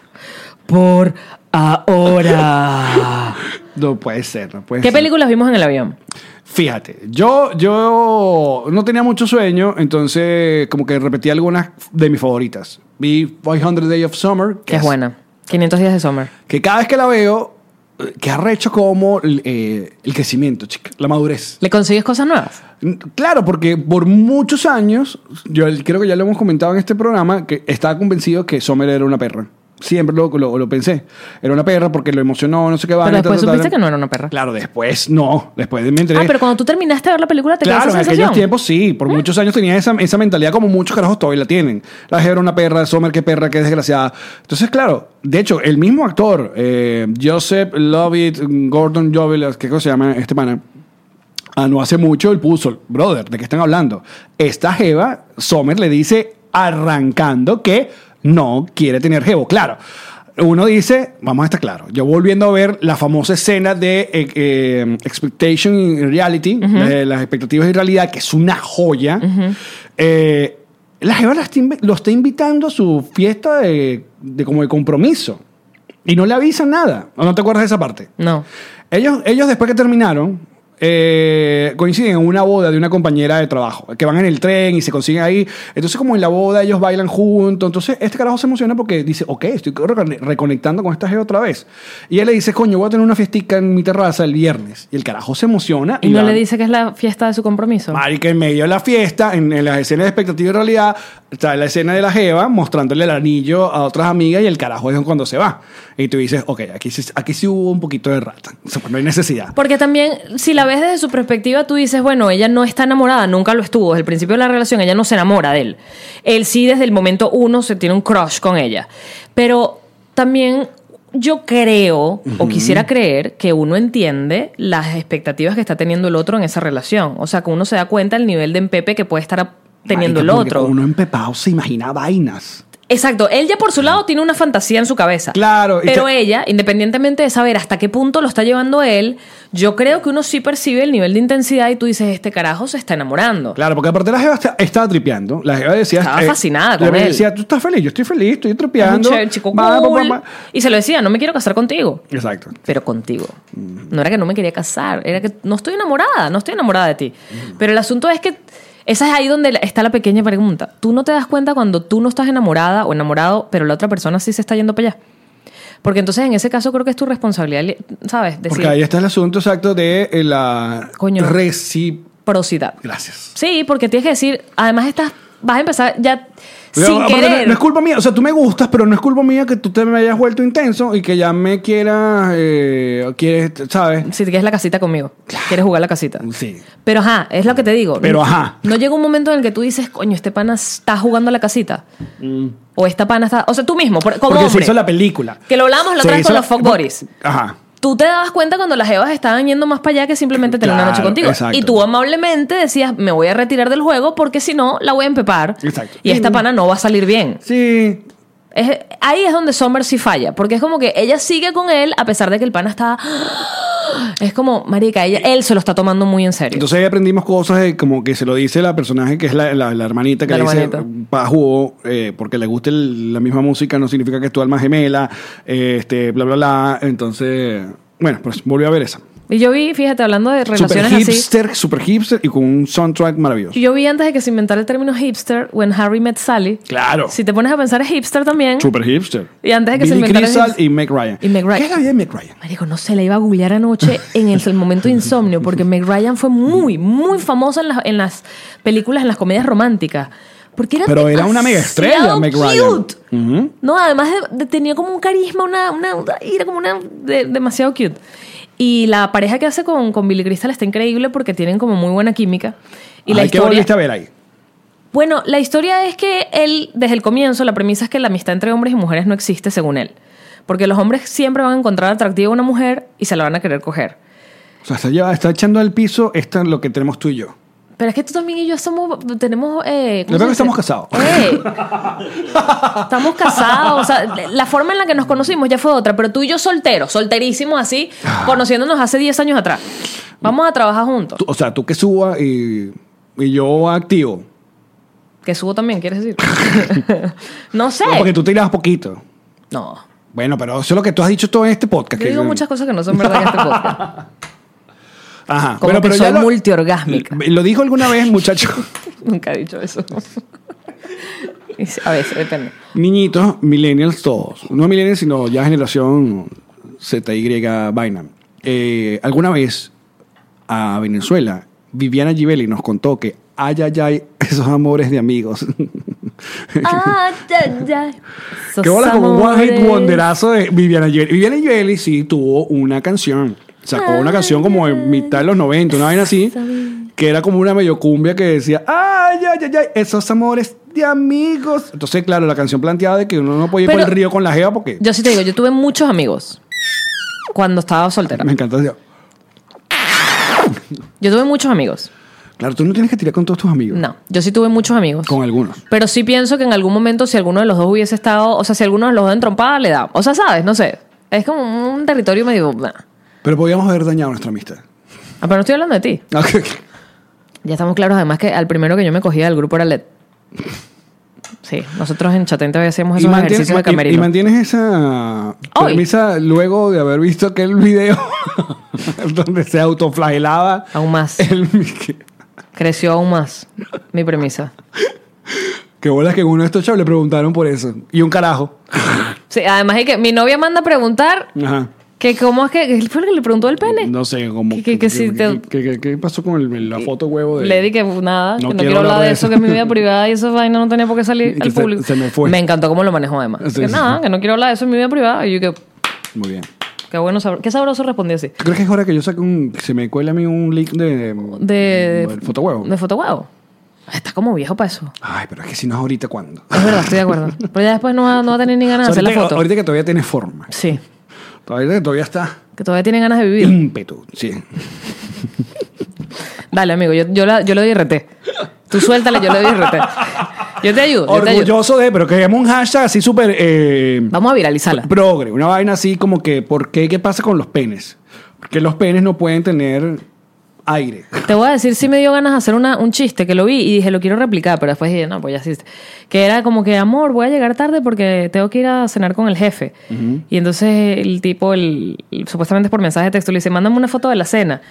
[SPEAKER 1] Por ahora.
[SPEAKER 2] No puede ser, no puede
[SPEAKER 1] <laughs> ¿Qué
[SPEAKER 2] ser.
[SPEAKER 1] películas vimos en el avión?
[SPEAKER 2] Fíjate, yo, yo no tenía mucho sueño, entonces como que repetí algunas de mis favoritas. Vi 500 Days of Summer,
[SPEAKER 1] Que es buena. 500 días de summer.
[SPEAKER 2] Que cada vez que la veo, eh, que arrecho como eh, el crecimiento, chica, la madurez.
[SPEAKER 1] ¿Le consigues cosas nuevas?
[SPEAKER 2] N- Claro, porque por muchos años, yo creo que ya lo hemos comentado en este programa, que estaba convencido que Summer era una perra. Siempre lo, lo- lo pensé. Era una perra porque lo emocionó, no sé qué va.
[SPEAKER 1] Pero después supiste que no era una perra.
[SPEAKER 2] Claro, después no. Después me enteré.
[SPEAKER 1] Ah, pero cuando tú terminaste de ver la película, te
[SPEAKER 2] Claro, en
[SPEAKER 1] quedó esa
[SPEAKER 2] aquellos
[SPEAKER 1] sensación.
[SPEAKER 2] tiempos sí, por muchos años tenía esa, esa mentalidad como muchos carajos todavía la tienen. La Jeva era una perra, Sommer qué perra, qué desgraciada. Entonces, claro, de hecho, el mismo actor, eh, Joseph Lovett, Gordon Jovel, ¿qué cosa se llama este pana? Ah, no hace mucho él puso, brother, ¿de qué están hablando? Esta Jeva, Sommer le dice arrancando que no quiere tener Jevo, claro. Uno dice, vamos a estar claro. Yo volviendo a ver la famosa escena de eh, eh, Expectation y Reality, de las expectativas y realidad, que es una joya. eh, la Jeva la está invi- lo está invitando a su fiesta de, de como de compromiso. Y no le avisan nada. ¿O ¿No te acuerdas de esa parte?
[SPEAKER 1] No.
[SPEAKER 2] Ellos, ellos después que terminaron, eh, coinciden en una boda de una compañera de trabajo, que van en el tren y se consiguen ahí. Entonces, como en la boda, ellos bailan juntos. Entonces, este carajo se emociona porque dice, ok, estoy recone- reconectando con esta gente otra vez. Y él le dice, coño, voy a tener una fiestica en mi terraza el viernes. Y el carajo se emociona.
[SPEAKER 1] Y no
[SPEAKER 2] van-
[SPEAKER 1] le dice que es la fiesta de su compromiso.
[SPEAKER 2] Marica, en medio de la fiesta, en, en las escenas de expectativa y realidad, está la escena de la Jeva mostrándole el anillo a otras amigas y el carajo es cuando se va. Y tú dices, ok, aquí sí, aquí sí hubo un poquito de rata. O sea, pues, no hay necesidad.
[SPEAKER 1] Porque también, si la ves desde su perspectiva, tú dices, bueno, ella no está enamorada, nunca lo estuvo. Desde el principio de la relación, ella no se enamora de él. Él sí, desde el momento uno, se tiene un crush con ella. Pero también yo creo, o quisiera creer, que uno entiende las expectativas que está teniendo el otro en esa relación. O sea, que uno se da cuenta del nivel de empepe que puede estar teniendo
[SPEAKER 2] Marica,
[SPEAKER 1] el
[SPEAKER 2] porque
[SPEAKER 1] otro.
[SPEAKER 2] Uno empepado se imagina vainas.
[SPEAKER 1] Exacto, él ya por su lado tiene una fantasía en su cabeza.
[SPEAKER 2] Claro, y
[SPEAKER 1] Pero
[SPEAKER 2] te-
[SPEAKER 1] ella, independientemente de saber hasta qué punto lo está llevando él, yo creo que uno sí percibe el nivel de intensidad y tú dices, este carajo se está enamorando.
[SPEAKER 2] Claro, porque aparte la Jeva está- estaba tripeando. La Jeva decía. eh,
[SPEAKER 1] Estaba fascinada
[SPEAKER 2] la
[SPEAKER 1] con
[SPEAKER 2] Jeva
[SPEAKER 1] él.
[SPEAKER 2] decía, tú estás feliz, yo estoy feliz, estoy
[SPEAKER 1] Es un
[SPEAKER 2] tripeando.
[SPEAKER 1] chévere, chico
[SPEAKER 2] Va, va, va,
[SPEAKER 1] cool.
[SPEAKER 2] va.
[SPEAKER 1] Y se lo decía, no me quiero casar contigo.
[SPEAKER 2] Exacto.
[SPEAKER 1] Pero contigo.
[SPEAKER 2] Mm.
[SPEAKER 1] No era que no me quería casar, era que no estoy enamorada, no estoy enamorada de ti.
[SPEAKER 2] Mm.
[SPEAKER 1] Pero el asunto es que esa es ahí donde la- está la pequeña pregunta. Tú no te das cuenta cuando tú no estás enamorada o enamorado, pero la otra persona sí se está yendo para allá. Porque entonces en ese caso creo que es tu responsabilidad, li- ¿sabes?
[SPEAKER 2] Porque ahí
[SPEAKER 1] Decir
[SPEAKER 2] está el asunto exacto de eh, la
[SPEAKER 1] Coño.
[SPEAKER 2] reci-
[SPEAKER 1] porosidad.
[SPEAKER 2] Gracias.
[SPEAKER 1] Sí, porque tienes que decir, además estás, vas a empezar ya
[SPEAKER 2] Pero,
[SPEAKER 1] sin
[SPEAKER 2] aparte, no-
[SPEAKER 1] querer.
[SPEAKER 2] No es culpa mía, o sea, tú me gustas, pero no es culpa mía que tú te me hayas vuelto intenso y que ya me quieras, eh, quieres, ¿sabes?
[SPEAKER 1] si te quieres la casita conmigo, quieres jugar la casita.
[SPEAKER 2] Sí.
[SPEAKER 1] Pero ajá, es lo que te digo.
[SPEAKER 2] Pero
[SPEAKER 1] No-
[SPEAKER 2] ajá.
[SPEAKER 1] No llega un momento en el que tú dices, coño, este pana está jugando a la casita. O esta pana está. O sea, tú mismo, por- como
[SPEAKER 2] Porque se
[SPEAKER 1] hombre.
[SPEAKER 2] hizo la película.
[SPEAKER 1] Que lo hablábamos la
[SPEAKER 2] Se
[SPEAKER 1] otra vez
[SPEAKER 2] hizo
[SPEAKER 1] con
[SPEAKER 2] la-
[SPEAKER 1] los fuck buddies.
[SPEAKER 2] Ajá.
[SPEAKER 1] Tú te dabas cuenta cuando las evas estaban yendo más para allá que simplemente tener una
[SPEAKER 2] Claro,
[SPEAKER 1] noche contigo.
[SPEAKER 2] exacto.
[SPEAKER 1] Y tú amablemente decías, me voy a retirar del juego porque si no, la voy a empepar.
[SPEAKER 2] Exacto.
[SPEAKER 1] Y esta pana no va a salir bien.
[SPEAKER 2] Sí.
[SPEAKER 1] Es- ahí es donde Summer sí falla, porque es como que ella sigue con él a pesar de que el pana está... <gasps> Es como, marica, ella, él se lo está tomando muy en serio.
[SPEAKER 2] Entonces ahí aprendimos cosas de como que se lo dice la personaje que es la, la- la hermanita que
[SPEAKER 1] La
[SPEAKER 2] le dice
[SPEAKER 1] hermanita.
[SPEAKER 2] Paju, eh, porque le guste el- la misma música, no significa que es tu alma gemela, eh, este, bla, bla, bla. Entonces, bueno, pues volvió a ver esa.
[SPEAKER 1] y yo vi, fíjate, hablando de
[SPEAKER 2] Super
[SPEAKER 1] relaciones así...
[SPEAKER 2] hipster, super hipster y con un soundtrack maravilloso.
[SPEAKER 1] Yo vi antes de que se inventara el término hipster, When Harry Met Sally.
[SPEAKER 2] Claro.
[SPEAKER 1] Si te pones a pensar es hipster también.
[SPEAKER 2] Super hipster.
[SPEAKER 1] Y antes de que se
[SPEAKER 2] Billy
[SPEAKER 1] inventara el
[SPEAKER 2] Crystal
[SPEAKER 1] hipster-
[SPEAKER 2] y Meg Ryan.
[SPEAKER 1] Y Meg Ryan.
[SPEAKER 2] ¿Qué es la vida de Meg Ryan?
[SPEAKER 1] Marico, no se la iba a googlear anoche en el,
[SPEAKER 2] <laughs>
[SPEAKER 1] el momento de insomnio, porque Meg Ryan fue muy, muy famosa en las, en las películas, en las comedias románticas. Porque era
[SPEAKER 2] Pero era una mega estrella,
[SPEAKER 1] demasiado
[SPEAKER 2] Meg Ryan.
[SPEAKER 1] cute. No, además de- de- tenía como un carisma, una, una, una- era como una de- demasiado cute. Y la pareja que hace con, con Billy Crystal está increíble porque tienen como muy buena química. Y la
[SPEAKER 2] Ay, ¿Qué
[SPEAKER 1] historia,
[SPEAKER 2] volviste a ver ahí?
[SPEAKER 1] bueno, la historia es que él, desde el comienzo, la premisa es que la amistad entre hombres y mujeres no existe según él. Porque los hombres siempre van a encontrar atractiva a una mujer y se la van a querer coger.
[SPEAKER 2] O sea, se lleva- está echando al piso esto es lo que tenemos tú y yo.
[SPEAKER 1] Pero es que tú también y yo somos, tenemos... Eh,
[SPEAKER 2] Yo creo que
[SPEAKER 1] se dice?
[SPEAKER 2] estamos casados.
[SPEAKER 1] Eh,
[SPEAKER 2] <laughs>
[SPEAKER 1] estamos casados. O sea, la forma en la que nos conocimos ya fue otra, pero tú y yo solteros, solterísimos así,
[SPEAKER 2] Ah.
[SPEAKER 1] conociéndonos hace 10 años atrás. Vamos a trabajar juntos.
[SPEAKER 2] Tú- o sea, tú que suba y, y yo activo.
[SPEAKER 1] Que subo también, ¿quieres
[SPEAKER 2] <laughs>
[SPEAKER 1] decir? no sé.
[SPEAKER 2] No, porque tú te irás poquito.
[SPEAKER 1] No.
[SPEAKER 2] Bueno, pero eso es lo que tú has dicho todo en este podcast.
[SPEAKER 1] Yo
[SPEAKER 2] que-
[SPEAKER 1] digo muchas cosas que no son verdad en este podcast.
[SPEAKER 2] Ajá.
[SPEAKER 1] Como que soy
[SPEAKER 2] lo-
[SPEAKER 1] multiorgásmica.
[SPEAKER 2] Lo dijo alguna vez,
[SPEAKER 1] <laughs>
[SPEAKER 2] muchacho.
[SPEAKER 1] Nunca he dicho eso. Y sí, <laughs> A veces, depende.
[SPEAKER 2] Niñitos, millennials todos. No millennials, sino ya generación ZY vaina. Eh, alguna vez a <laughs> Venezuela, Viviana Givelli nos contó que ay, ay, ay, esos amores de amigos.
[SPEAKER 1] Ah, ya, ya. Esos
[SPEAKER 2] Que bola como un one hit
[SPEAKER 1] amores.
[SPEAKER 2] wonderazo de Viviana Yeli. Viviana Yeli sí tuvo una canción. Sacó una canción como en mitad de los 90, una vaina así, que era como una medio cumbia que decía, ay, ay, ay, ay, esos amores de amigos. Entonces, claro, la canción planteaba de que uno no podía ir por
[SPEAKER 1] Pero-
[SPEAKER 2] el río con la jeva porque
[SPEAKER 1] Yo sí te digo, yo tuve muchos amigos cuando estaba soltera.
[SPEAKER 2] me encanta. decir,
[SPEAKER 1] Yo tuve muchos amigos.
[SPEAKER 2] Claro, tú no tienes que tirar con todos tus amigos.
[SPEAKER 1] No, yo sí tuve muchos amigos.
[SPEAKER 2] Con algunos.
[SPEAKER 1] Pero sí pienso que en algún momento, si alguno de los dos hubiese estado, o sea, si alguno de los dos en trompada, le da. O sea, sabes, no sé. Es como un territorio medio. nah.
[SPEAKER 2] Pero podíamos haber dañado nuestra amistad. <laughs>
[SPEAKER 1] Ah, pero no estoy hablando de ti.
[SPEAKER 2] Ok.
[SPEAKER 1] Ya estamos claros, además, que al primero que yo me cogía del grupo era Led. Sí, nosotros en Chatente hacíamos
[SPEAKER 2] Y,
[SPEAKER 1] esos
[SPEAKER 2] mantien-
[SPEAKER 1] ejercicios de
[SPEAKER 2] y- y
[SPEAKER 1] camerino.
[SPEAKER 2] mantienes esa
[SPEAKER 1] Hoy.
[SPEAKER 2] premisa luego de haber visto aquel video <laughs> donde se autoflagelaba
[SPEAKER 1] Aún más.
[SPEAKER 2] el
[SPEAKER 1] Creció aún más mi premisa.
[SPEAKER 2] Que bolas que en uno de estos chavos le preguntaron por eso. Y un carajo.
[SPEAKER 1] Sí, además es que mi novia manda a preguntar
[SPEAKER 2] Ajá.
[SPEAKER 1] que cómo es que... ¿qué ¿Fue lo que le preguntó el pene?
[SPEAKER 2] No sé cómo.
[SPEAKER 1] Que- que- que si te-
[SPEAKER 2] que- que- ¿Qué pasó con el- la foto huevo de.?
[SPEAKER 1] Le di que nada, que no quiero hablar de eso, que es mi vida privada y esa vaina no tenía por qué
[SPEAKER 2] Y
[SPEAKER 1] salir
[SPEAKER 2] que
[SPEAKER 1] al
[SPEAKER 2] se-
[SPEAKER 1] público.
[SPEAKER 2] se me fue.
[SPEAKER 1] encantó cómo lo manejó además.
[SPEAKER 2] Sí,
[SPEAKER 1] que
[SPEAKER 2] sí,
[SPEAKER 1] nada,
[SPEAKER 2] sí.
[SPEAKER 1] que no quiero hablar de eso en mi vida privada. Y yo que,
[SPEAKER 2] Muy bien.
[SPEAKER 1] qué bueno, sabro- qué sabroso respondí así.
[SPEAKER 2] ¿Tú crees que es hora que yo saque un. que se me cuele a mí un link de.
[SPEAKER 1] De,
[SPEAKER 2] del foto huevo?
[SPEAKER 1] De foto huevo. Está como viejo para eso.
[SPEAKER 2] Ay, pero es que si no es ahorita, ¿cuándo?
[SPEAKER 1] Es verdad, estoy de acuerdo. Pero ya después no va, no va a tener ni ganas de hacer
[SPEAKER 2] ahorita,
[SPEAKER 1] la
[SPEAKER 2] que-
[SPEAKER 1] foto.
[SPEAKER 2] ahorita que todavía tiene forma.
[SPEAKER 1] Sí,
[SPEAKER 2] Todavía, todavía está
[SPEAKER 1] que todavía tiene ganas de vivir.
[SPEAKER 2] ímpetu. Sí.
[SPEAKER 1] Dale, amigo, yo, yo, la- yo le doy RT. Tú suéltala, yo le doy RT. Yo te ayudo, yo te ayudo.
[SPEAKER 2] Orgulloso de. Pero queríamos un hashtag así súper. eh,
[SPEAKER 1] Vamos a viralizarla.
[SPEAKER 2] progre, una vaina así como que, ¿por qué? ¿Qué pasa con los penes? Porque los penes no pueden tener aire.
[SPEAKER 1] Te voy a decir, sí me dio ganas de hacer una, un chiste que lo vi y dije, lo quiero replicar, pero después dije, no, pues ya hiciste. Que era como que, amor, voy a llegar tarde porque tengo que ir a cenar con el jefe. Y entonces el tipo, el, el- supuestamente es por mensaje de texto, le dice, mándame una foto de la cena.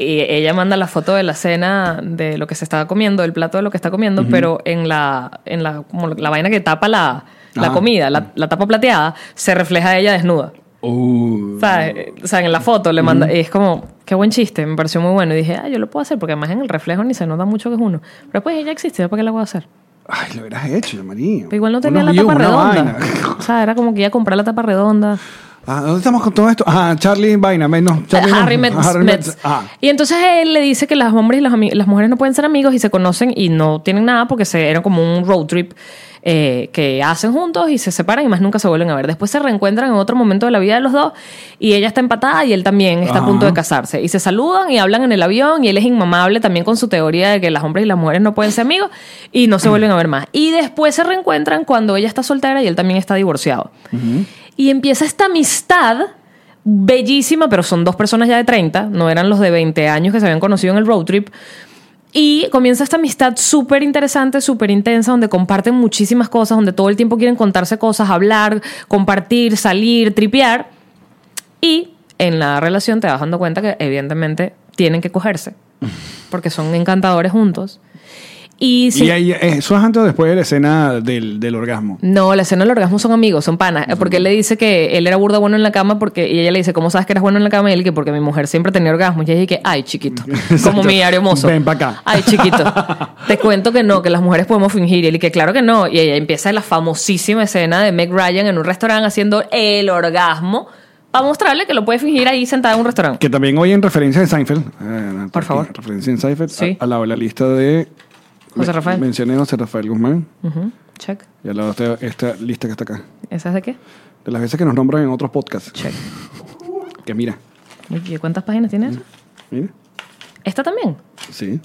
[SPEAKER 1] Y ella manda la foto de la cena de lo que se estaba comiendo, el plato de lo que está comiendo, pero en la, en la, como la vaina que tapa la, la
[SPEAKER 2] Ah.
[SPEAKER 1] comida, la, la tapa plateada, se refleja ella desnuda.
[SPEAKER 2] Uh,
[SPEAKER 1] ¿Sabes? O sea, en la foto le manda. Y es como, qué buen chiste, me pareció muy bueno. Y dije, ah, yo lo puedo hacer, porque además en el reflejo ni se nota mucho que es uno. Pero pues ella existe, ¿para qué la voy a hacer?
[SPEAKER 2] Ay, lo hubieras hecho, María.
[SPEAKER 1] Pero igual no tenía la tapa redonda. O sea, era como que iba a comprar la tapa redonda.
[SPEAKER 2] Ah, ¿Dónde estamos con todo esto? Ah, Charlie Vaina, me- no, Charlie no.
[SPEAKER 1] Eh, Harry Metz.
[SPEAKER 2] Ah, Harry
[SPEAKER 1] Metz.
[SPEAKER 2] Metz. Ah.
[SPEAKER 1] Y entonces él le dice que los hombres y las, ami- las mujeres no pueden ser amigos y se conocen y no tienen nada porque se, era como un road trip eh, que hacen juntos y se separan y más nunca se vuelven a ver. Después se reencuentran en otro momento de la vida de los dos y ella está empatada y él también está
[SPEAKER 2] Ajá.
[SPEAKER 1] a punto de casarse. Y se saludan y hablan en el avión y él es inmamable también con su teoría de que los hombres y las mujeres no pueden ser amigos y no se vuelven a ver más. Y después se reencuentran cuando ella está soltera y él también está divorciado. Y empieza esta amistad bellísima, pero son dos personas ya de 30, no eran los de 20 años que se habían conocido en el road trip. Y comienza esta amistad súper interesante, súper intensa, donde comparten muchísimas cosas, donde todo el tiempo quieren contarse cosas, hablar, compartir, salir, tripear. Y en la relación te vas dando cuenta que evidentemente tienen que cogerse, porque son encantadores juntos. Y, si
[SPEAKER 2] Y ahí, eh, eso es antes o después de la escena del, del orgasmo.
[SPEAKER 1] no, la escena del orgasmo son amigos, son panas. Porque él le dice que él era burda bueno en la cama porque, y ella le dice, ¿cómo sabes que eras bueno en la cama? Y él que porque mi mujer siempre tenía orgasmos. Y ella dice,
[SPEAKER 2] <laughs>
[SPEAKER 1] ay, chiquito. Como mi aremoso.
[SPEAKER 2] Ven pa' acá.
[SPEAKER 1] Ay,
[SPEAKER 2] <laughs>
[SPEAKER 1] chiquito. Te cuento que no, que las mujeres podemos fingir. Y él que claro que no. Y ella empieza la famosísima escena de Meg Ryan en un restaurante haciendo el orgasmo para mostrarle que lo puede fingir ahí sentada en un restaurante.
[SPEAKER 2] Que también hoy en referencia de Seinfeld. eh,
[SPEAKER 1] Por
[SPEAKER 2] aquí,
[SPEAKER 1] favor.
[SPEAKER 2] Referencia en Seinfeld.
[SPEAKER 1] Sí.
[SPEAKER 2] A, al lado de la lista de.
[SPEAKER 1] José Rafael.
[SPEAKER 2] Mencioné a José Rafael Guzmán.
[SPEAKER 1] Ujú, Check.
[SPEAKER 2] Y al lado está esta lista que está acá.
[SPEAKER 1] ¿Esa es de qué?
[SPEAKER 2] De las veces que nos nombran en otros podcasts.
[SPEAKER 1] Check.
[SPEAKER 2] Que mira.
[SPEAKER 1] Oye, ¿Cuántas páginas tiene eso?
[SPEAKER 2] Mm. Mira.
[SPEAKER 1] ¿Esta también?
[SPEAKER 2] Sí.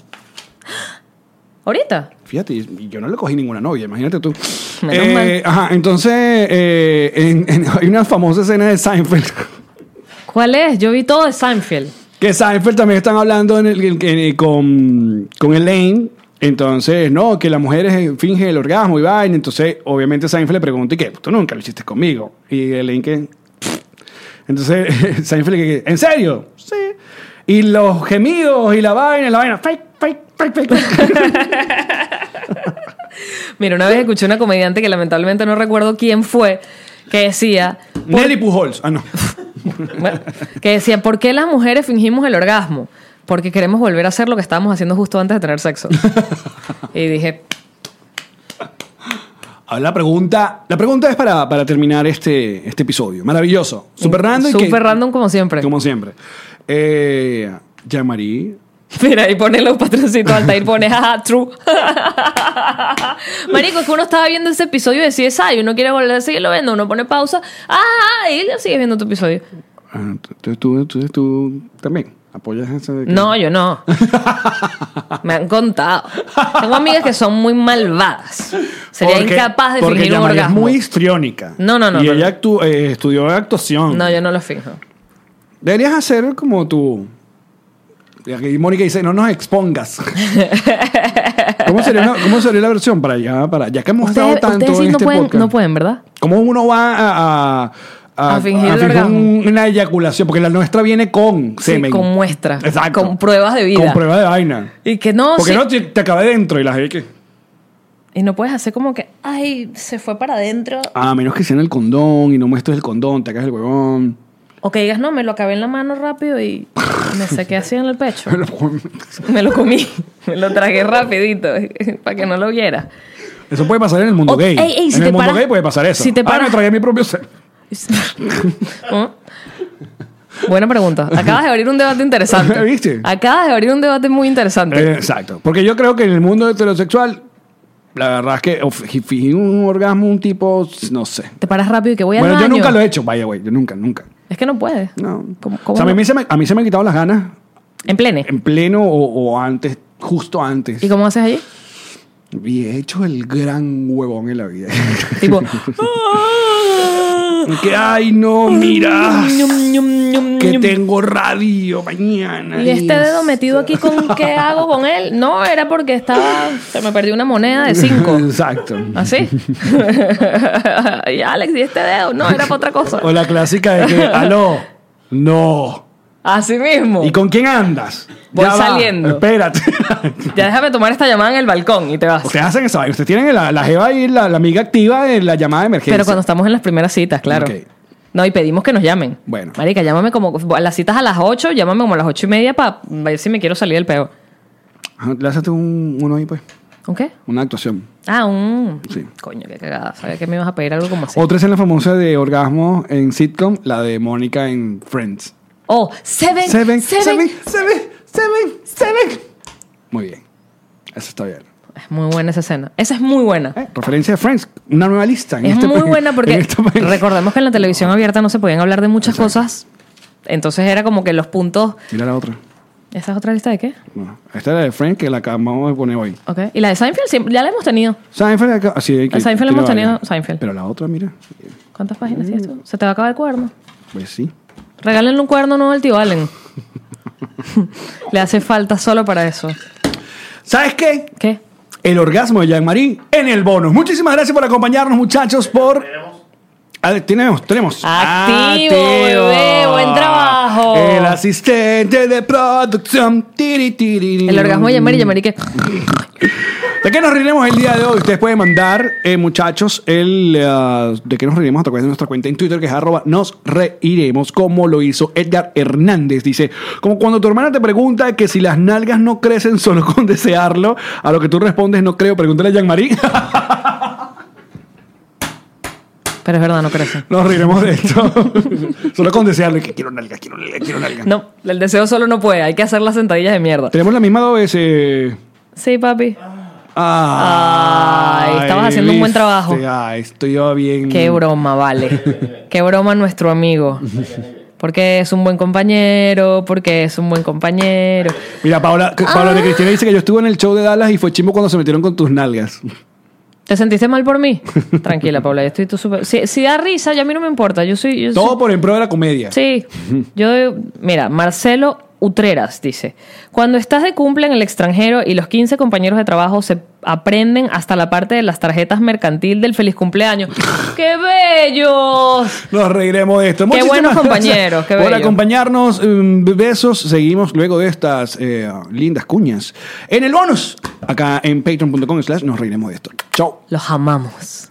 [SPEAKER 1] ¿Ahorita?
[SPEAKER 2] Fíjate, y yo no le cogí ninguna novia, imagínate tú.
[SPEAKER 1] Menos
[SPEAKER 2] Eh,
[SPEAKER 1] mal.
[SPEAKER 2] Ajá, entonces eh, en- en- hay una famosa escena de Seinfeld.
[SPEAKER 1] ¿Cuál es? Yo vi todo de Seinfeld.
[SPEAKER 2] Que Seinfeld también están hablando en el- en- en- con, con Elaine. Entonces, no, que las mujeres fingen el orgasmo y vaina. Entonces, obviamente Seinfeld le pregunta, ¿y qué? Tú nunca lo hiciste conmigo. Y Elaine que... Entonces, <laughs> Seinfeld que, ¿en serio? Sí. Y los gemidos y la vaina, la vaina, fake, fake, fake, fake.
[SPEAKER 1] <laughs>
[SPEAKER 2] fake.
[SPEAKER 1] Mira, una vez escuché una comediante que lamentablemente no recuerdo quién fue, que decía,
[SPEAKER 2] Nelly Pujols. Ah, no.
[SPEAKER 1] bueno, que decía, ¿por qué las mujeres fingimos el orgasmo? Porque queremos volver
[SPEAKER 2] <laughs>
[SPEAKER 1] a hacer lo que estábamos haciendo justo antes de tener sexo. y dije,
[SPEAKER 2] A ver, la pregunta, la pregunta es para, para terminar este, este episodio. Maravilloso. Super random. y que-
[SPEAKER 1] Eh, Super random como siempre.
[SPEAKER 2] Como siempre. Eh, Jean-Marie.
[SPEAKER 1] Mira, y pone los patroncitos Altair, pone jaja,
[SPEAKER 2] <laughs>
[SPEAKER 1] true. Marico, es que uno estaba viendo ese episodio y decide, ay, uno quiere volver a seguirlo viendo, uno pone pausa, ah, y ya sigues viendo tu episodio.
[SPEAKER 2] ah, tú, tú, tú, tú también apoyas eso. de que-
[SPEAKER 1] No,
[SPEAKER 2] <laughs>
[SPEAKER 1] yo no. Me han contado. Tengo amigas que son muy malvadas. Sería
[SPEAKER 2] Porque-
[SPEAKER 1] incapaz de
[SPEAKER 2] porque
[SPEAKER 1] fingir un
[SPEAKER 2] Jean-Marie
[SPEAKER 1] orgasmo.
[SPEAKER 2] Es muy histriónica.
[SPEAKER 1] No, no, no,
[SPEAKER 2] Y
[SPEAKER 1] no,
[SPEAKER 2] ella actu- eh, estudió actuación.
[SPEAKER 1] No, yo no lo finjo.
[SPEAKER 2] Deberías hacer como tú. Y aquí Mónica dice, no nos
[SPEAKER 1] <laughs>
[SPEAKER 2] expongas. ¿Cómo, sería una- cómo sería la versión para allá? Para, ya que hemos estado
[SPEAKER 1] Ustedes,
[SPEAKER 2] tanto
[SPEAKER 1] ustedes sí
[SPEAKER 2] en
[SPEAKER 1] no,
[SPEAKER 2] este
[SPEAKER 1] pueden,
[SPEAKER 2] podcast.
[SPEAKER 1] no pueden, ¿verdad?
[SPEAKER 2] ¿Cómo uno va a, a,
[SPEAKER 1] A fingir el orgasmo.
[SPEAKER 2] un- una eyaculación? Porque la nuestra viene con
[SPEAKER 1] Sí,
[SPEAKER 2] semen.
[SPEAKER 1] con muestra.
[SPEAKER 2] Exacto.
[SPEAKER 1] Con pruebas de vida.
[SPEAKER 2] Con pruebas de vaina.
[SPEAKER 1] Y que no,
[SPEAKER 2] Porque
[SPEAKER 1] sí.
[SPEAKER 2] no te, te acabé dentro y las hay que.
[SPEAKER 1] Y no puedes hacer como que, ay, se fue para adentro.
[SPEAKER 2] Ah, A menos que sea en el condón y no muestres el condón, te hagas el huevón.
[SPEAKER 1] O que digas, no, me lo acabé en la mano rápido y
[SPEAKER 2] <laughs>
[SPEAKER 1] me saqué así en el pecho.
[SPEAKER 2] Pero, pues,
[SPEAKER 1] Me lo comí, <laughs> me lo tragué rapidito <laughs> para que no lo viera.
[SPEAKER 2] <laughs> Eso puede pasar en el mundo
[SPEAKER 1] O-
[SPEAKER 2] gay.
[SPEAKER 1] Oh, ey, ey, si
[SPEAKER 2] en
[SPEAKER 1] te
[SPEAKER 2] el mundo
[SPEAKER 1] paras-
[SPEAKER 2] gay puede pasar eso.
[SPEAKER 1] si te
[SPEAKER 2] Ah,
[SPEAKER 1] paras-
[SPEAKER 2] me tragué mi propio semen.
[SPEAKER 1] <laughs> ¿Mm? Buena pregunta. Acabas de abrir un debate interesante.
[SPEAKER 2] <laughs> ¿Viste?
[SPEAKER 1] Acabas de abrir un debate muy interesante.
[SPEAKER 2] Eh, exacto. Porque yo creo que en el mundo heterosexual, la verdad es que of- fingir un orgasmo, un tipo, no sé.
[SPEAKER 1] Te paras rápido y que voy al
[SPEAKER 2] bueno,
[SPEAKER 1] baño.
[SPEAKER 2] yo nunca lo he hecho, vaya, güey. Yo nunca, nunca.
[SPEAKER 1] Es que no puedes.
[SPEAKER 2] No.
[SPEAKER 1] ¿Cómo- cómo
[SPEAKER 2] o sea, a,
[SPEAKER 1] no?
[SPEAKER 2] mí se me, a mí se me han quitado las ganas
[SPEAKER 1] En plene.
[SPEAKER 2] en pleno o, o antes, justo antes.
[SPEAKER 1] ¿Y cómo haces allí?
[SPEAKER 2] Y he hecho el gran huevón en la vida. <laughs>
[SPEAKER 1] Tipo.
[SPEAKER 2] que, ay,
[SPEAKER 1] <laughs>
[SPEAKER 2] no, mira.
[SPEAKER 1] Ñum, ñum, ñum,
[SPEAKER 2] que
[SPEAKER 1] ñum.
[SPEAKER 2] tengo radio mañana.
[SPEAKER 1] Y este dedo metido aquí con qué hago con él. No, era porque estaba. Se me perdió una moneda
[SPEAKER 2] <laughs>
[SPEAKER 1] de cinco. <laughs>
[SPEAKER 2] Exacto.
[SPEAKER 1] ¿Así? y Alex, y este dedo. No, era para otra cosa.
[SPEAKER 2] O la clásica de que,
[SPEAKER 1] <laughs>
[SPEAKER 2] aló, no.
[SPEAKER 1] Así mismo.
[SPEAKER 2] ¿Y con quién andas?
[SPEAKER 1] Voy
[SPEAKER 2] va,
[SPEAKER 1] saliendo.
[SPEAKER 2] Espérate. <laughs>
[SPEAKER 1] Ya déjame tomar esta llamada en el balcón y te vas.
[SPEAKER 2] Ustedes hacen esa vaina. Ustedes tienen la, la jeva y la, la amiga activa en la llamada de emergencia.
[SPEAKER 1] Pero cuando estamos en las primeras citas, claro.
[SPEAKER 2] Ok.
[SPEAKER 1] No, y pedimos que nos llamen.
[SPEAKER 2] Bueno.
[SPEAKER 1] Marica, llámame como. A las citas a las 8, llámame como a las 8 y media para ver si me quiero salir del peo.
[SPEAKER 2] Ajá, Lánzate un, uno ahí, pues.
[SPEAKER 1] ¿Un qué?
[SPEAKER 2] Una actuación.
[SPEAKER 1] Ah, un.
[SPEAKER 2] Sí. Oh.
[SPEAKER 1] Coño, qué cagada. Sabía que me ibas a pedir algo como así.
[SPEAKER 2] Otra es en la famosa de orgasmo en sitcom, la de Mónica en Friends.
[SPEAKER 1] Oh, seven,
[SPEAKER 2] Seven,
[SPEAKER 1] seven,
[SPEAKER 2] seven, seven, seven, seven. Muy bien. Eso está bien.
[SPEAKER 1] Es muy buena esa escena. Esa es muy buena.
[SPEAKER 2] Eh, Referencia de Friends, una nueva lista. en
[SPEAKER 1] Es
[SPEAKER 2] este
[SPEAKER 1] muy
[SPEAKER 2] país-
[SPEAKER 1] buena
[SPEAKER 2] <laughs>
[SPEAKER 1] porque
[SPEAKER 2] en este país.
[SPEAKER 1] recordemos que en la televisión abierta no se podían hablar de muchas cosas. Entonces era como que los puntos.
[SPEAKER 2] Mira la otra.
[SPEAKER 1] ¿Esa es otra lista de qué?
[SPEAKER 2] No, esta es la de Friends que la acabamos de poner hoy.
[SPEAKER 1] Ok. Y la de Seinfeld siempre- ya la hemos tenido.
[SPEAKER 2] Seinfeld, acá- ah, sí, que-
[SPEAKER 1] Seinfeld
[SPEAKER 2] tiene
[SPEAKER 1] hemos
[SPEAKER 2] varias.
[SPEAKER 1] tenido Seinfeld.
[SPEAKER 2] Pero la otra, mira.
[SPEAKER 1] ¿Cuántas páginas tienes
[SPEAKER 2] Mm.
[SPEAKER 1] tú? Se te va a acabar el cuaderno.
[SPEAKER 2] Pues sí.
[SPEAKER 1] Regálenle un cuaderno nuevo al tío <laughs> Allen. Le hace falta solo para eso.
[SPEAKER 2] ¿Sabes qué?
[SPEAKER 1] ¿Qué?
[SPEAKER 2] El orgasmo de Jean-Marie en el bonus. Muchísimas gracias por acompañarnos, muchachos, por... Ah, Tenemos, tenemos.
[SPEAKER 1] Activo, bebé, buen trabajo.
[SPEAKER 2] El asistente de producción. Tiri, tiri.
[SPEAKER 1] El orgasmo de Yamari, Yamari que...
[SPEAKER 2] ¿De qué nos reiremos el día de hoy? Ustedes pueden mandar, eh, muchachos, el ah, de qué nos reiremos a través de nuestra cuenta en Twitter, que es arroba nos reiremos, como lo hizo Edgar Hernández. Dice, como cuando tu hermana te pregunta que si las nalgas no crecen solo con desearlo, a lo que tú respondes, no creo, pregúntale a Jean-Marie. <laughs>
[SPEAKER 1] Pero es verdad, no crece.
[SPEAKER 2] nos reiremos de esto. <laughs> solo con desearlo, que quiero nalgas, quiero nalgas, quiero nalgas.
[SPEAKER 1] No, el deseo solo no puede. Hay que hacer las sentadillas de mierda.
[SPEAKER 2] Tenemos la misma dos veces.
[SPEAKER 1] Sí, papi.
[SPEAKER 2] Ay,
[SPEAKER 1] Ay, estabas haciendo un buen
[SPEAKER 2] viste.
[SPEAKER 1] trabajo.
[SPEAKER 2] Ay, estoy yo bien.
[SPEAKER 1] Qué broma, vale. Qué broma nuestro amigo. Porque es un buen compañero, porque es un buen compañero.
[SPEAKER 2] Mira, Paola, que-
[SPEAKER 1] Ah.
[SPEAKER 2] Paola de Cristina dice que yo estuve en el show de Dallas y fue chimbo cuando se metieron con tus nalgas.
[SPEAKER 1] ¿Te sentiste mal por <laughs> mí? Tranquila, Paula, yo estoy tú súper... Si, si da risa, ya a mí no me importa. Yo soy... yo soy-
[SPEAKER 2] Todo por en pro de la comedia.
[SPEAKER 1] Sí, yo, mira, Marcelo Utreras dice, cuando estás de cumple en el extranjero y los 15 compañeros de trabajo se aprenden hasta la parte de las tarjetas mercantil del feliz <laughs> cumpleaños. ¡Qué bellos!
[SPEAKER 2] Nos reiremos de esto.
[SPEAKER 1] Qué
[SPEAKER 2] Muchísimas
[SPEAKER 1] buenos
[SPEAKER 2] gracias
[SPEAKER 1] compañeros, qué
[SPEAKER 2] por
[SPEAKER 1] bello.
[SPEAKER 2] acompañarnos. Mm, Besos. Seguimos luego de estas eh, lindas cuñas. En el bonus, acá en patreon.com slash nos reiremos de esto. Chau.
[SPEAKER 1] Los amamos.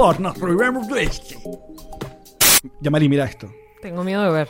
[SPEAKER 2] nos Remember Duesti. Yamari, mira esto.
[SPEAKER 1] Tengo miedo de ver.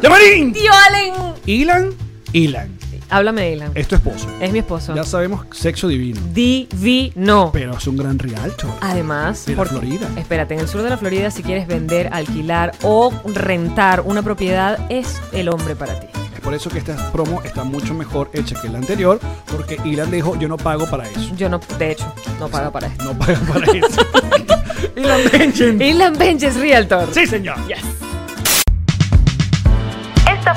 [SPEAKER 2] ¡Llamarín!
[SPEAKER 1] ¡Tío Allen!
[SPEAKER 2] Ilan, Ilan,
[SPEAKER 1] Háblame de Ilan.
[SPEAKER 2] es tu esposo.
[SPEAKER 1] Es mi esposo.
[SPEAKER 2] Ya sabemos, sexo divino.
[SPEAKER 1] Divino.
[SPEAKER 2] Pero es un gran realtor.
[SPEAKER 1] Ah. Además,
[SPEAKER 2] De la
[SPEAKER 1] por-
[SPEAKER 2] Florida.
[SPEAKER 1] Espérate, en el sur de la Florida, si quieres vender, alquilar o rentar una propiedad, es el hombre para ti.
[SPEAKER 2] Es por eso que esta promo está mucho mejor hecha que la anterior, porque Ilan dijo, yo no pago para eso.
[SPEAKER 1] Yo no, de hecho, no pago para esto.
[SPEAKER 2] No pago
[SPEAKER 1] <laughs>
[SPEAKER 2] para eso. Ilan Benjen.
[SPEAKER 1] Ilan Benches Realtor.
[SPEAKER 2] Sí, señor.
[SPEAKER 5] Esta